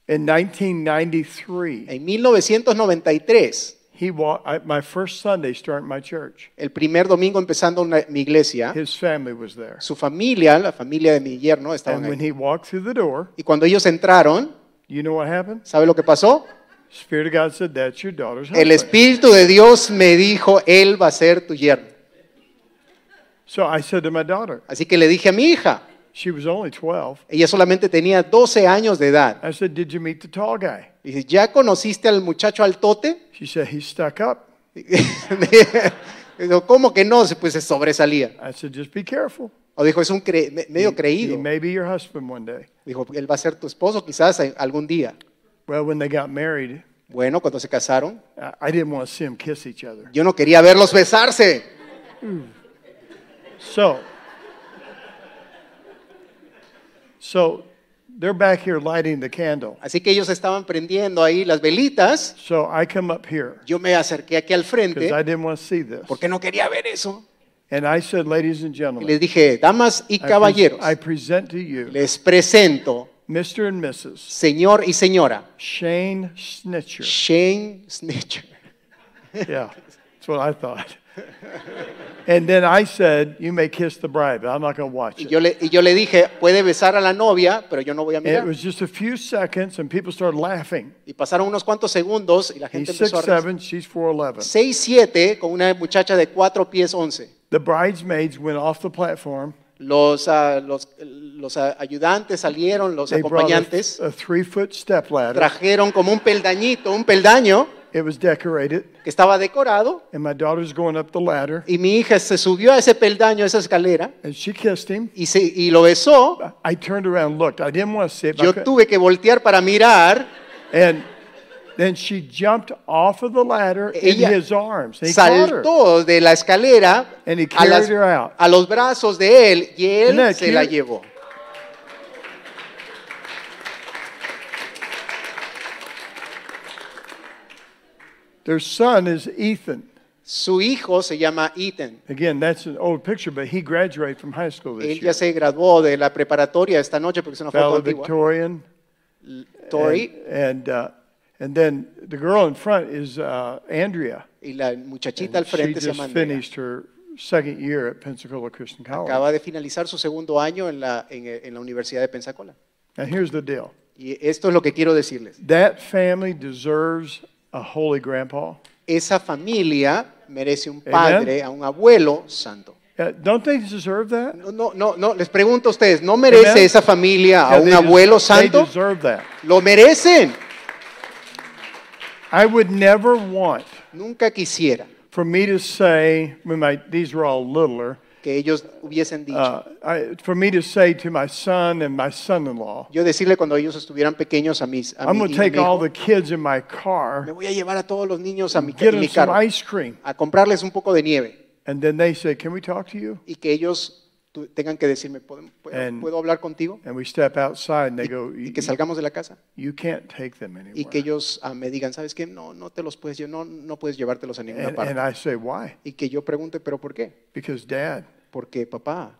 S1: in 1993,
S2: en 1993,
S1: he walked. I, my first Sunday starting my church.
S2: el primer domingo empezando una- mi iglesia,
S1: His family was there,
S2: su familia, la familia de mi yerno, estaban
S1: and when
S2: ahí.
S1: he walked through the door,
S2: Y cuando ellos entraron,
S1: you know what happened?
S2: ¿sabe lo que pasó?
S1: Spirit of God said, "That's your daughter's
S2: El
S1: husband."
S2: Espíritu de Dios me dijo, Él va a ser tu yerno.
S1: So I said to my daughter,
S2: Así que le dije a mi hija,
S1: she was only 12.
S2: ella solamente tenía 12 años de edad.
S1: I said, "Did you meet the tall guy?"
S2: Le Dije, ¿ya conociste al muchacho altote?
S1: She said, "He stuck up."
S2: Digo, ¿cómo que no? Pues se sobresalía.
S1: I said, "Just be careful.
S2: O dijo, es un cre- me- medio
S1: He
S2: creído.
S1: may be your husband one day."
S2: Dijo, él va a ser tu esposo quizás algún día.
S1: Well, when they got married,
S2: Bueno, cuando se casaron,
S1: I I didn't want to see them kiss each other.
S2: yo no quería verlos besarse.
S1: So, so they're back here lighting the candle.
S2: Así que ellos estaban prendiendo ahí las velitas.
S1: So I come up here
S2: Yo me acerqué aquí al
S1: because I
S2: frente
S1: didn't want to see this.
S2: porque no quería ver eso.
S1: And I said, ladies and
S2: Y
S1: gentlemen,
S2: les dije, damas y
S1: I,
S2: caballeros,
S1: pres- I present to you
S2: les presento,
S1: Mr. and Mrs.
S2: señor y señora,
S1: Shane Snitcher.
S2: Shane Snitcher.
S1: Yeah, that's what I thought. And then I said, you may kiss the bride, but I'm not going to watch
S2: Y
S1: it.
S2: yo, le, y yo le dije, puede besar a la novia, pero yo no voy a
S1: And it
S2: mirar.
S1: was just a few seconds, and people started laughing.
S2: Y pasaron unos cuantos segundos y la gente
S1: He's
S2: empezó a reír.
S1: 6'7, she's 4'11.
S2: 6'7 con una muchacha de 4 pies 11.
S1: The bridesmaids went off the platform.
S2: Los, ah, los, los, ah, ayudantes salieron, los
S1: They brought
S2: acompañantes
S1: a, uh, a three foot step ladder.
S2: trajeron como un peldañito, un peldaño
S1: It was decorated,
S2: que estaba decorado
S1: and my daughter's going up the ladder,
S2: y mi hija se subió a ese peldaño, a esa escalera
S1: and she kissed him.
S2: y, se, y lo besó.
S1: I- I turned around, and looked. I didn't want to see it, but I
S2: Yo
S1: could-
S2: tuve que voltear para mirar,
S1: and then she jumped off of the ladder in
S2: E-, Ella
S1: his arms. And he caught her.
S2: saltó de la escalera
S1: And he
S2: a,
S1: carried her out.
S2: a los brazos de él y
S1: Isn't that
S2: él se la
S1: cute?
S2: llevó.
S1: Their son is Ethan.
S2: Su hijo se llama Ethan.
S1: Again, that's an old picture, but he graduated from high school
S2: Él
S1: this
S2: ya
S1: year.
S2: se graduó de la preparatoria esta noche porque es una foto antigua.
S1: Valedictorian.
S2: Tori
S1: And, uh, and then the girl in front is uh, Andrea.
S2: y la muchachita al
S1: She
S2: frente se llama
S1: just
S2: Andrea.
S1: finished her second year at Pensacola Christian College.
S2: Acaba de finalizar su segundo año en la, en, en la Universidad de Pensacola.
S1: And here's the deal
S2: Y esto es lo que quiero decirles.
S1: that family deserves a holy grandpa.
S2: Esa familia merece un
S1: Amen.
S2: padre, a un abuelo santo.
S1: Uh, don't they deserve that?
S2: No, no, no, no, les pregunto a ustedes, ¿no merece
S1: Amen.
S2: esa familia a
S1: Yeah,
S2: un
S1: they des-
S2: abuelo
S1: They
S2: santo?
S1: deserve that.
S2: Lo merecen.
S1: I would never want
S2: Nunca quisiera
S1: for me to say, when my, these are all littler,
S2: que ellos hubiesen dicho.
S1: uh, I, for me to say to my son and my son in law,
S2: Yo decirle cuando ellos estuvieran pequeños a mis a
S1: I'm
S2: mi-
S1: going
S2: y
S1: to
S2: a
S1: take
S2: mi hijo,
S1: all the kids in my
S2: me
S1: car,
S2: voy a llevar a todos los niños a mi,
S1: get
S2: en
S1: them
S2: mi
S1: some
S2: carro
S1: ice cream.
S2: a comprarles un poco de nieve
S1: And then they say, Can we talk to you?
S2: y que ellos tu- tengan que decirme, ¿puedo, puedo-
S1: And-
S2: puedo hablar contigo?
S1: And we step outside and they go,
S2: Y
S1: "You-
S2: que salgamos de la casa
S1: You can't take them
S2: y que
S1: anywhere.
S2: ellos ah, me digan, ¿sabes qué? No, no te los puedes, lle- no, no puedes llevártelos a ninguna
S1: And, and
S2: parte.
S1: I say, Why?
S2: y que yo pregunte, ¿pero por qué?
S1: Because, Dad,
S2: Porque, papá,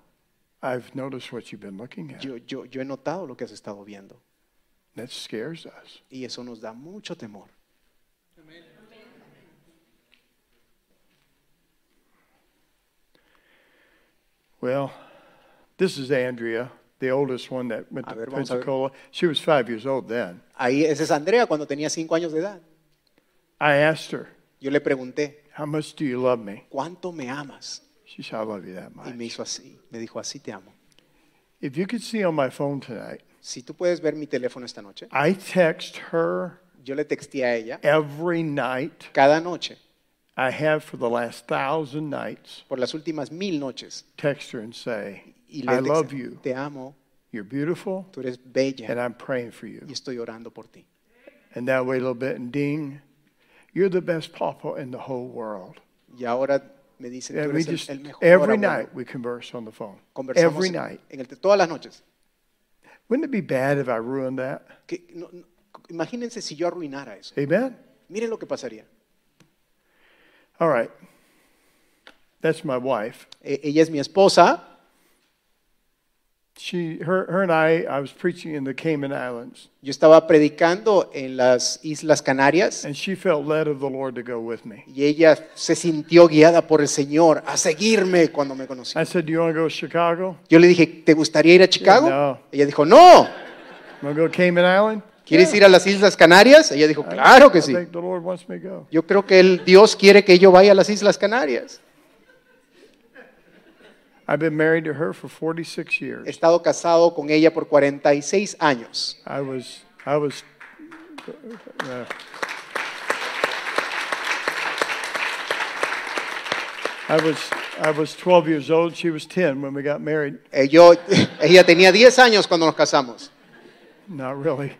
S1: I've noticed what you've been looking at.
S2: yo, yo, yo he notado lo que has estado viendo
S1: That scares us.
S2: y eso nos da mucho temor.
S1: Well, this is Andrea, the oldest one that went
S2: A
S1: to
S2: ver, vamos a ver.
S1: Pensacola. She was five years old then.
S2: Ahí, esa es Andrea cuando tenía cinco años de edad.
S1: I asked her,
S2: Yo le pregunté,
S1: How much do you love me?
S2: ¿cuánto me amas?
S1: She said, I love you that
S2: Y me
S1: much.
S2: hizo así, me dijo, así te amo.
S1: If you could see on my phone tonight,
S2: Si tú puedes ver mi teléfono esta noche,
S1: I text her
S2: yo le texté a ella
S1: every night.
S2: cada noche,
S1: I have for the last thousand nights.
S2: por las últimas mil noches,
S1: Text her and say,
S2: y
S1: I
S2: le texté,
S1: love you.
S2: te amo,
S1: You're beautiful,
S2: tú eres
S1: and
S2: bella
S1: I'm praying for you.
S2: y estoy orando por ti.
S1: And that way, a little bit, and ding, you're the best papa in the whole world.
S2: Y ahora me dicen, tú
S1: And we
S2: eres el-
S1: just,
S2: el mejor
S1: every
S2: abuelo".
S1: night we converse on the phone.
S2: Conversamos
S1: Every
S2: en-
S1: night.
S2: en el- todas las noches.
S1: Wouldn't it be bad if I ruined that?
S2: Que- no- no- imagínense si yo arruinara eso.
S1: Amen?
S2: Miren lo que pasaría.
S1: All right. That's my wife.
S2: E- ella es mi esposa.
S1: She, her, her and I, I was preaching in the Cayman Islands,
S2: Yo estaba predicando en las Islas Canarias
S1: and she felt led of the Lord to go with me.
S2: y ella se sintió guiada por el Señor a seguirme cuando me conocí.
S1: I said, Do you want to go to Chicago?
S2: Yo le dije, ¿te gustaría ir a Chicago?
S1: No.
S2: Ella dijo, no.
S1: Want to go to Cayman Island?
S2: ¿Quieres ir a las Islas Canarias? Ella dijo, claro que
S1: I
S2: sí.
S1: think the Lord wants me to go.
S2: Yo creo que el Dios quiere que yo vaya a las Islas Canarias.
S1: I've been married to her for 46
S2: He
S1: years.
S2: estado casado con ella por 46 años.
S1: I was, I was. uh, I was I was 12 years old. She was 10 when we got married.
S2: Eh, yo, ella tenía 10 años cuando nos casamos.
S1: Not really.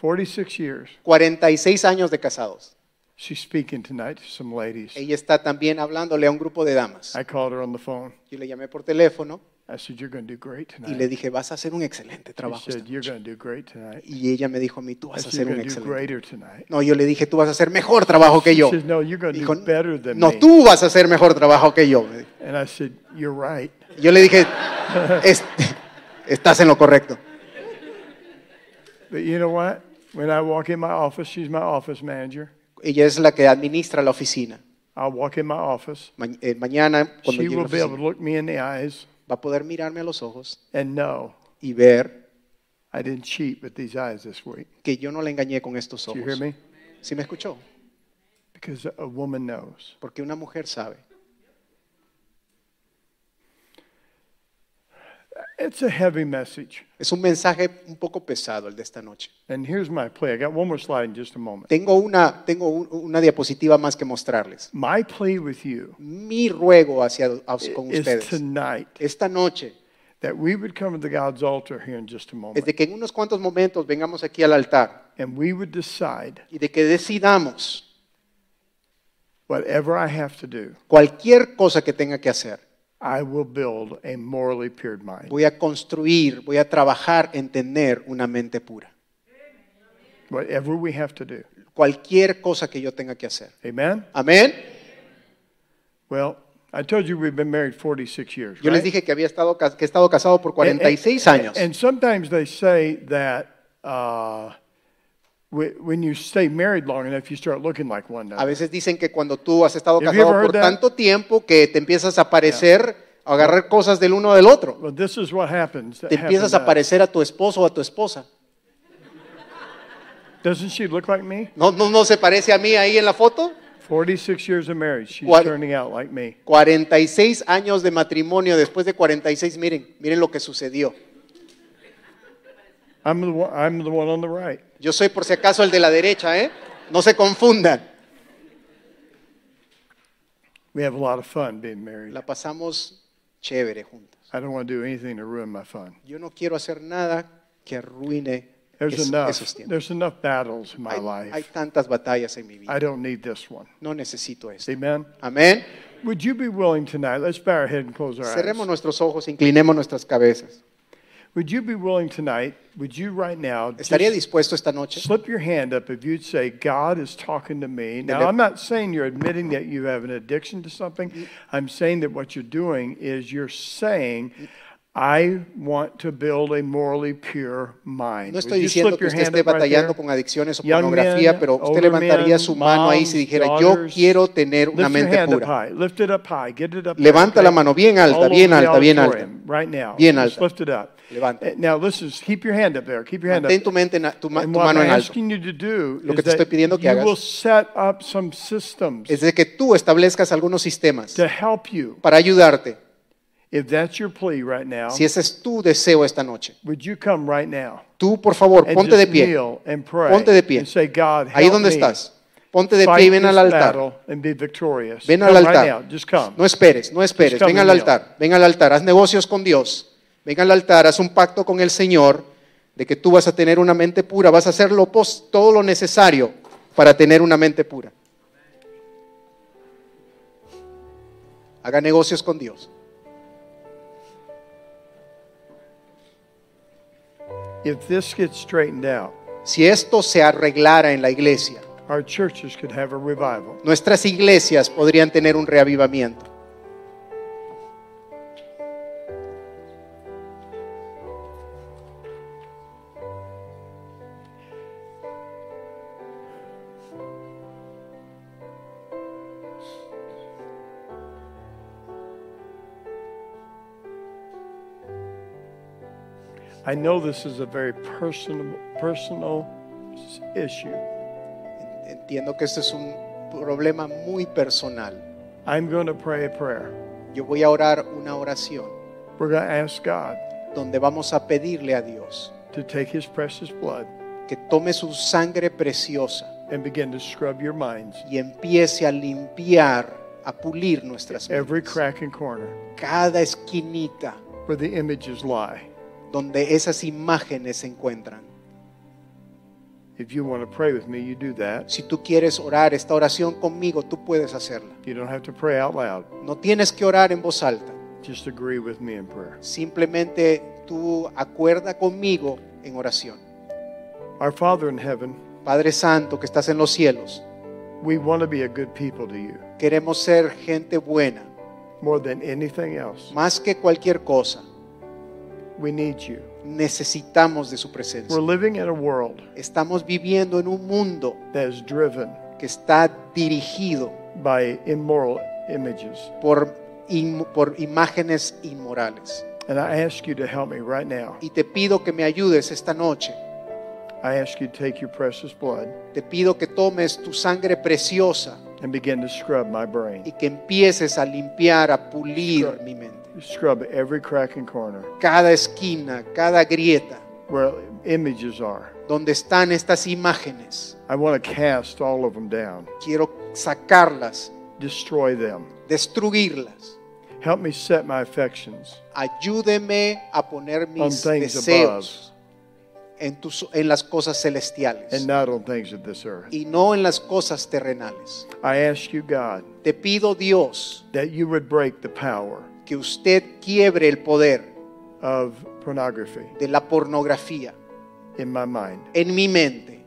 S1: 46 years.
S2: 46 años de casados.
S1: She's speaking tonight to some ladies.
S2: Ella está también hablándole a un grupo de damas.
S1: I called her on the phone.
S2: Yo le llamé por teléfono
S1: I said, "You're going to do great
S2: y le
S1: tonight."
S2: dije, vas a hacer un excelente
S1: She
S2: trabajo. esta
S1: said, "You're
S2: noche".
S1: going to do great tonight."
S2: Y ella me dijo a mí, tú
S1: I
S2: vas a
S1: said, "You're
S2: hacer un
S1: going to do
S2: excelente.
S1: greater tonight."
S2: No, yo le dije, tú vas a hacer mejor trabajo que
S1: She
S2: yo.
S1: said, "No, you're going to
S2: Dijo,
S1: do better than
S2: no,
S1: me."
S2: tú vas a hacer mejor trabajo que yo. me dijo.
S1: And I said, "You're right."
S2: Yo le dije, "Es- estás en lo correcto.
S1: But you know what? When I walk in my office, she's my office manager.
S2: Ella es la que administra la oficina.
S1: I'll walk in my office.
S2: Ma- eh, mañana, cuando
S1: She
S2: llegue a la
S1: will be able
S2: oficina,
S1: to look me in the eyes
S2: va a poder mirarme a los ojos
S1: and know
S2: y ver
S1: I didn't cheat with these eyes this week.
S2: que yo no la engañé con estos
S1: Do you
S2: ojos.
S1: hear me?
S2: ¿Sí me escuchó?
S1: Because a woman knows.
S2: Porque una mujer sabe.
S1: It's a heavy message.
S2: Es un mensaje un poco pesado el de esta noche.
S1: And here's my plea. I got one more slide in just a moment.
S2: Tengo una, tengo un- una diapositiva más que mostrarles.
S1: My plea with you
S2: Mi ruego hacia, hacia- con
S1: is
S2: ustedes
S1: Eh, tonight
S2: esta noche
S1: that we would come to God's altar here in just a
S2: es
S1: moment
S2: de que en unos cuantos momentos vengamos aquí al altar
S1: and we would decide
S2: y de que decidamos
S1: whatever I have to do,
S2: cualquier cosa que tenga que hacer.
S1: I will build a morally pure mind.
S2: Voy a construir, voy a trabajar en tener una mente pura.
S1: Whatever we have to do.
S2: cualquier cosa que yo tenga que hacer.
S1: Amen?
S2: Amén.
S1: Well, I told you we've been married 46 years.
S2: Yo les
S1: right? Eh,
S2: dije que había estado cas- que he estado casado por 46
S1: And-
S2: años.
S1: And sometimes they say that uh, whe- when you stay married long enough, you start looking like one
S2: A
S1: now.
S2: veces dicen que cuando tú has estado
S1: Have you
S2: casado
S1: ever heard
S2: por
S1: that?
S2: tanto tiempo que te empiezas a parecer, a agarrar cosas del uno del otro.
S1: Well, this is what happens. that
S2: Te empiezas
S1: happened to
S2: a
S1: us.
S2: parecer a tu esposo o a tu esposa.
S1: Doesn't she look like me?
S2: ¿No, no, no se parece a mí ahí en la foto?
S1: 46 years of marriage. She's
S2: Cuar-
S1: turning out like me.
S2: 46 años de matrimonio, después de 46, miren, miren lo que sucedió.
S1: I'm the one, I'm the one on the right.
S2: Yo soy por si acaso el de la derecha, ¿eh? No se confundan.
S1: We have a lot of fun being married.
S2: La pasamos chévere juntos.
S1: I don't want to do anything to ruin my fun.
S2: Yo no quiero hacer nada que arruine
S1: There's
S2: es-
S1: enough.
S2: esos tiempos.
S1: There's enough battles in my
S2: Hay, hay
S1: life.
S2: tantas batallas en mi vida.
S1: I don't need this one.
S2: No necesito esto.
S1: Amen.
S2: Amén.
S1: Would you be willing tonight? Let's bow our head and close our
S2: Cerremos
S1: eyes.
S2: nuestros ojos, inclinemos nuestras cabezas.
S1: Would you be willing tonight? Would you right now just
S2: ¿Estaría dispuesto esta noche?
S1: slip your hand up if you'd say, God is talking to me? Now,
S2: lep-
S1: I'm not saying you're admitting that you have an addiction to
S2: Mm.
S1: something. I'm saying that what you're doing is you're saying, I want to build a morally pure mind. Would
S2: No estoy
S1: you
S2: diciendo
S1: slip
S2: que
S1: your
S2: usted
S1: hand
S2: esté
S1: up right
S2: batallando
S1: there?
S2: con adicciones o
S1: Young
S2: pornografía,
S1: men,
S2: pero usted
S1: older
S2: levantaría
S1: men,
S2: su mano ahí si
S1: moms,
S2: dijera, yo
S1: daughters,
S2: quiero tener una
S1: Lift your
S2: mente
S1: hand up
S2: pura.
S1: high. Lift it up high. Get it up
S2: Levanta
S1: there.
S2: la mano bien alta,
S1: All over
S2: bien
S1: the
S2: alta, bien alta.
S1: auditorium, Right now.
S2: Bien
S1: Just
S2: alta.
S1: Lift it up.
S2: Levanta.
S1: Eh, Now listen, keep your hand up there. Keep your hand
S2: Mantén
S1: up.
S2: tu, mente en a- tu, ma-
S1: And
S2: tu
S1: what I'm
S2: mano en alto.
S1: asking you to do
S2: Lo
S1: is
S2: que te
S1: that
S2: estoy pidiendo que
S1: you
S2: hagas
S1: will set up some systems
S2: Es de que tú establezcas algunos sistemas
S1: to help you.
S2: para ayudarte.
S1: If that's your plea right now,
S2: Si ese es tu deseo esta noche,
S1: would you come right now
S2: tú por favor,
S1: and
S2: ponte de
S1: just
S2: pie.
S1: kneel and pray
S2: Ponte de pie.
S1: and say, God, help
S2: Ahí donde
S1: me
S2: estás. Ponte de pie y
S1: fight
S2: ven al
S1: this
S2: altar.
S1: battle and be victorious.
S2: Ven
S1: come
S2: al
S1: Right now.
S2: altar.
S1: Just come.
S2: No esperes, no esperes.
S1: Just come
S2: Ven al
S1: and
S2: altar, ven al altar. Haz negocios con Dios. Ven al altar, haz un pacto con el Señor de que tú vas a tener una mente pura. Vas a hacer lo pos- todo lo necesario para tener una mente pura. Haga negocios con Dios.
S1: If this gets straightened out,
S2: Si esto se arreglara en la iglesia,
S1: our churches could have a revival.
S2: nuestras iglesias podrían tener un reavivamiento.
S1: I know this is a very personal, personal s- issue.
S2: Entiendo que esto es un problema muy personal.
S1: I'm going to pray a prayer.
S2: Yo voy a orar una oración
S1: We're going to ask God
S2: donde vamos a pedirle a Dios
S1: to take His precious blood
S2: que tome su sangre preciosa
S1: and begin to scrub your minds,
S2: y empiece a limpiar, a pulir nuestras
S1: every
S2: mentes.
S1: crack and corner
S2: Cada esquinita
S1: where the images lie.
S2: donde esas imágenes se encuentran.
S1: If you want to pray with me, you do that.
S2: Si tú quieres orar esta oración conmigo, tú puedes hacerla.
S1: You don't have to pray out loud.
S2: No tienes que orar en voz alta.
S1: Just agree with me in prayer.
S2: Simplemente tú acuerda conmigo en oración.
S1: Our Father in heaven,
S2: Padre Santo que estás en los cielos,
S1: we want to be a good people to you
S2: queremos ser gente buena,
S1: more than anything else.
S2: más que cualquier cosa.
S1: We need you.
S2: Necesitamos de su
S1: We're
S2: presencia.
S1: living in a world
S2: Estamos viviendo en un mundo
S1: that is driven
S2: que está dirigido
S1: by immoral images.
S2: por, in- por imágenes inmorales.
S1: And I ask you to help me right now.
S2: Y te pido que me ayudes esta noche.
S1: I ask you to take your precious blood
S2: Te pido que tomes tu sangre preciosa
S1: and begin to scrub my
S2: y
S1: brain.
S2: que empieces a limpiar, a pulir mi mente.
S1: Scrub every crack and corner
S2: Cada esquina, cada grieta,
S1: where images are.
S2: donde están estas imágenes,
S1: I want to cast all of them down,
S2: quiero sacarlas,
S1: destroy them.
S2: destruirlas.
S1: Help me set my affections
S2: Ayúdeme a poner
S1: on
S2: mis
S1: things
S2: deseos
S1: above
S2: en, tus, en las cosas
S1: and
S2: celestiales
S1: not on things of this earth.
S2: y no en las cosas terrenales.
S1: I ask you, God,
S2: Te pido, Dios,
S1: that you would break the power
S2: que usted quiebre el poder
S1: of pornography
S2: de la pornografía
S1: in my mind.
S2: en mi mente.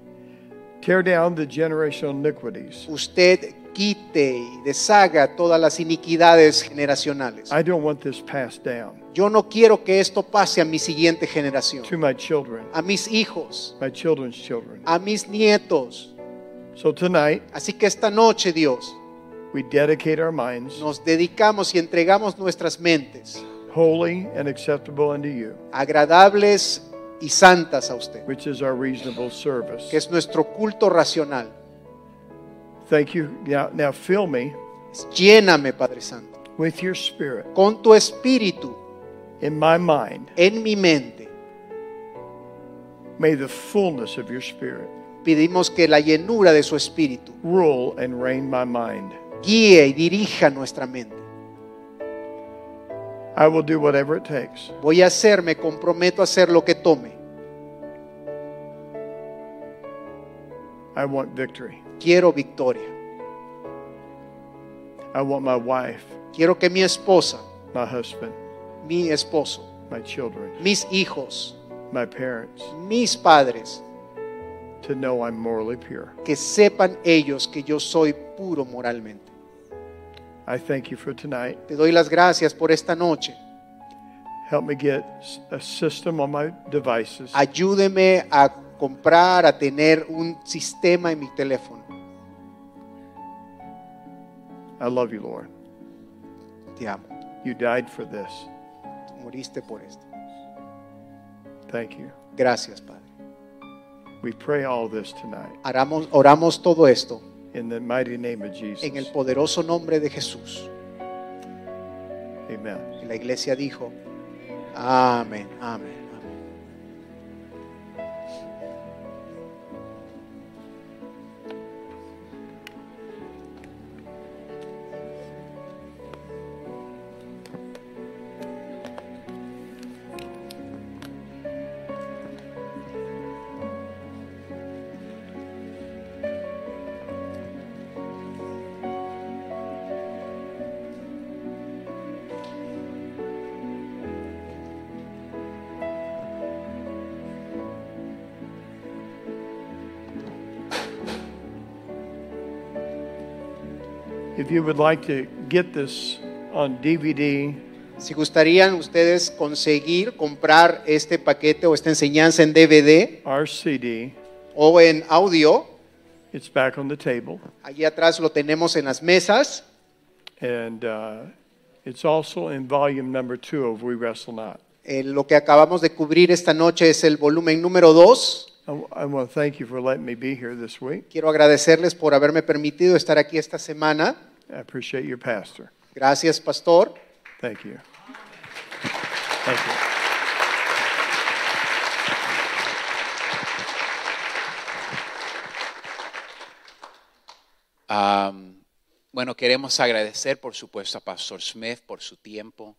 S1: Tear down the generational iniquities.
S2: Usted quite y deshaga todas las iniquidades generacionales.
S1: I don't want this passed down
S2: Yo no quiero que esto pase a mi siguiente generación,
S1: to my children,
S2: a mis hijos,
S1: my children's children.
S2: a mis nietos.
S1: So tonight,
S2: Así que esta noche, Dios,
S1: we dedicate our minds
S2: nos dedicamos y entregamos nuestras mentes
S1: holy and acceptable unto you,
S2: agradables y santas a usted,
S1: which is our reasonable service.
S2: que es nuestro culto racional.
S1: Thank you. Now, now fill me
S2: Lléname, Padre Santo,
S1: with your spirit
S2: con tu espíritu
S1: in my mind.
S2: en mi mente.
S1: May the fullness of your spirit
S2: Pedimos que la llenura de su espíritu
S1: rule and reign my mind.
S2: guíe y dirija nuestra mente.
S1: I will do whatever it takes
S2: Voy a hacer, me comprometo a hacer lo que tome.
S1: I want victory.
S2: Quiero victoria.
S1: I want my wife,
S2: Quiero que mi esposa,
S1: my husband,
S2: mi esposo,
S1: my children,
S2: mis hijos,
S1: my parents
S2: mis padres,
S1: to know I'm morally pure.
S2: que sepan ellos que yo soy puro moralmente.
S1: I thank you for tonight.
S2: Te doy las gracias por esta noche.
S1: Help me get s- a system on my devices
S2: Ayúdeme a comprar, a tener un sistema en mi teléfono.
S1: I love you, Lord.
S2: Te amo.
S1: You died for this.
S2: Moriste por esto.
S1: Thank you.
S2: Gracias, Padre.
S1: We pray all this tonight
S2: Oramos, oramos todo esto
S1: in the mighty name of
S2: en el
S1: Jesus.
S2: poderoso nombre de Jesús.
S1: Amen.
S2: Y la iglesia dijo, amén, amén, amén.
S1: If you would like to get this on DVD,
S2: Si gustarían ustedes conseguir comprar este paquete o esta enseñanza en DVD
S1: our CD,
S2: o en audio,
S1: it's back on the table.
S2: allí atrás lo tenemos en las mesas
S1: And uh, it's also in volume number two of We Wrestle Not.
S2: Eh, lo que acabamos de cubrir esta noche es el volumen número 2.
S1: I, w- I want to thank you for letting me be here this week.
S2: Quiero agradecerles por haberme permitido estar aquí esta semana.
S1: I appreciate your pastor.
S2: Gracias, pastor.
S1: Thank you. Thank you.
S3: Am, bueno, queremos agradecer, por supuesto, a Pastor Smith por su tiempo,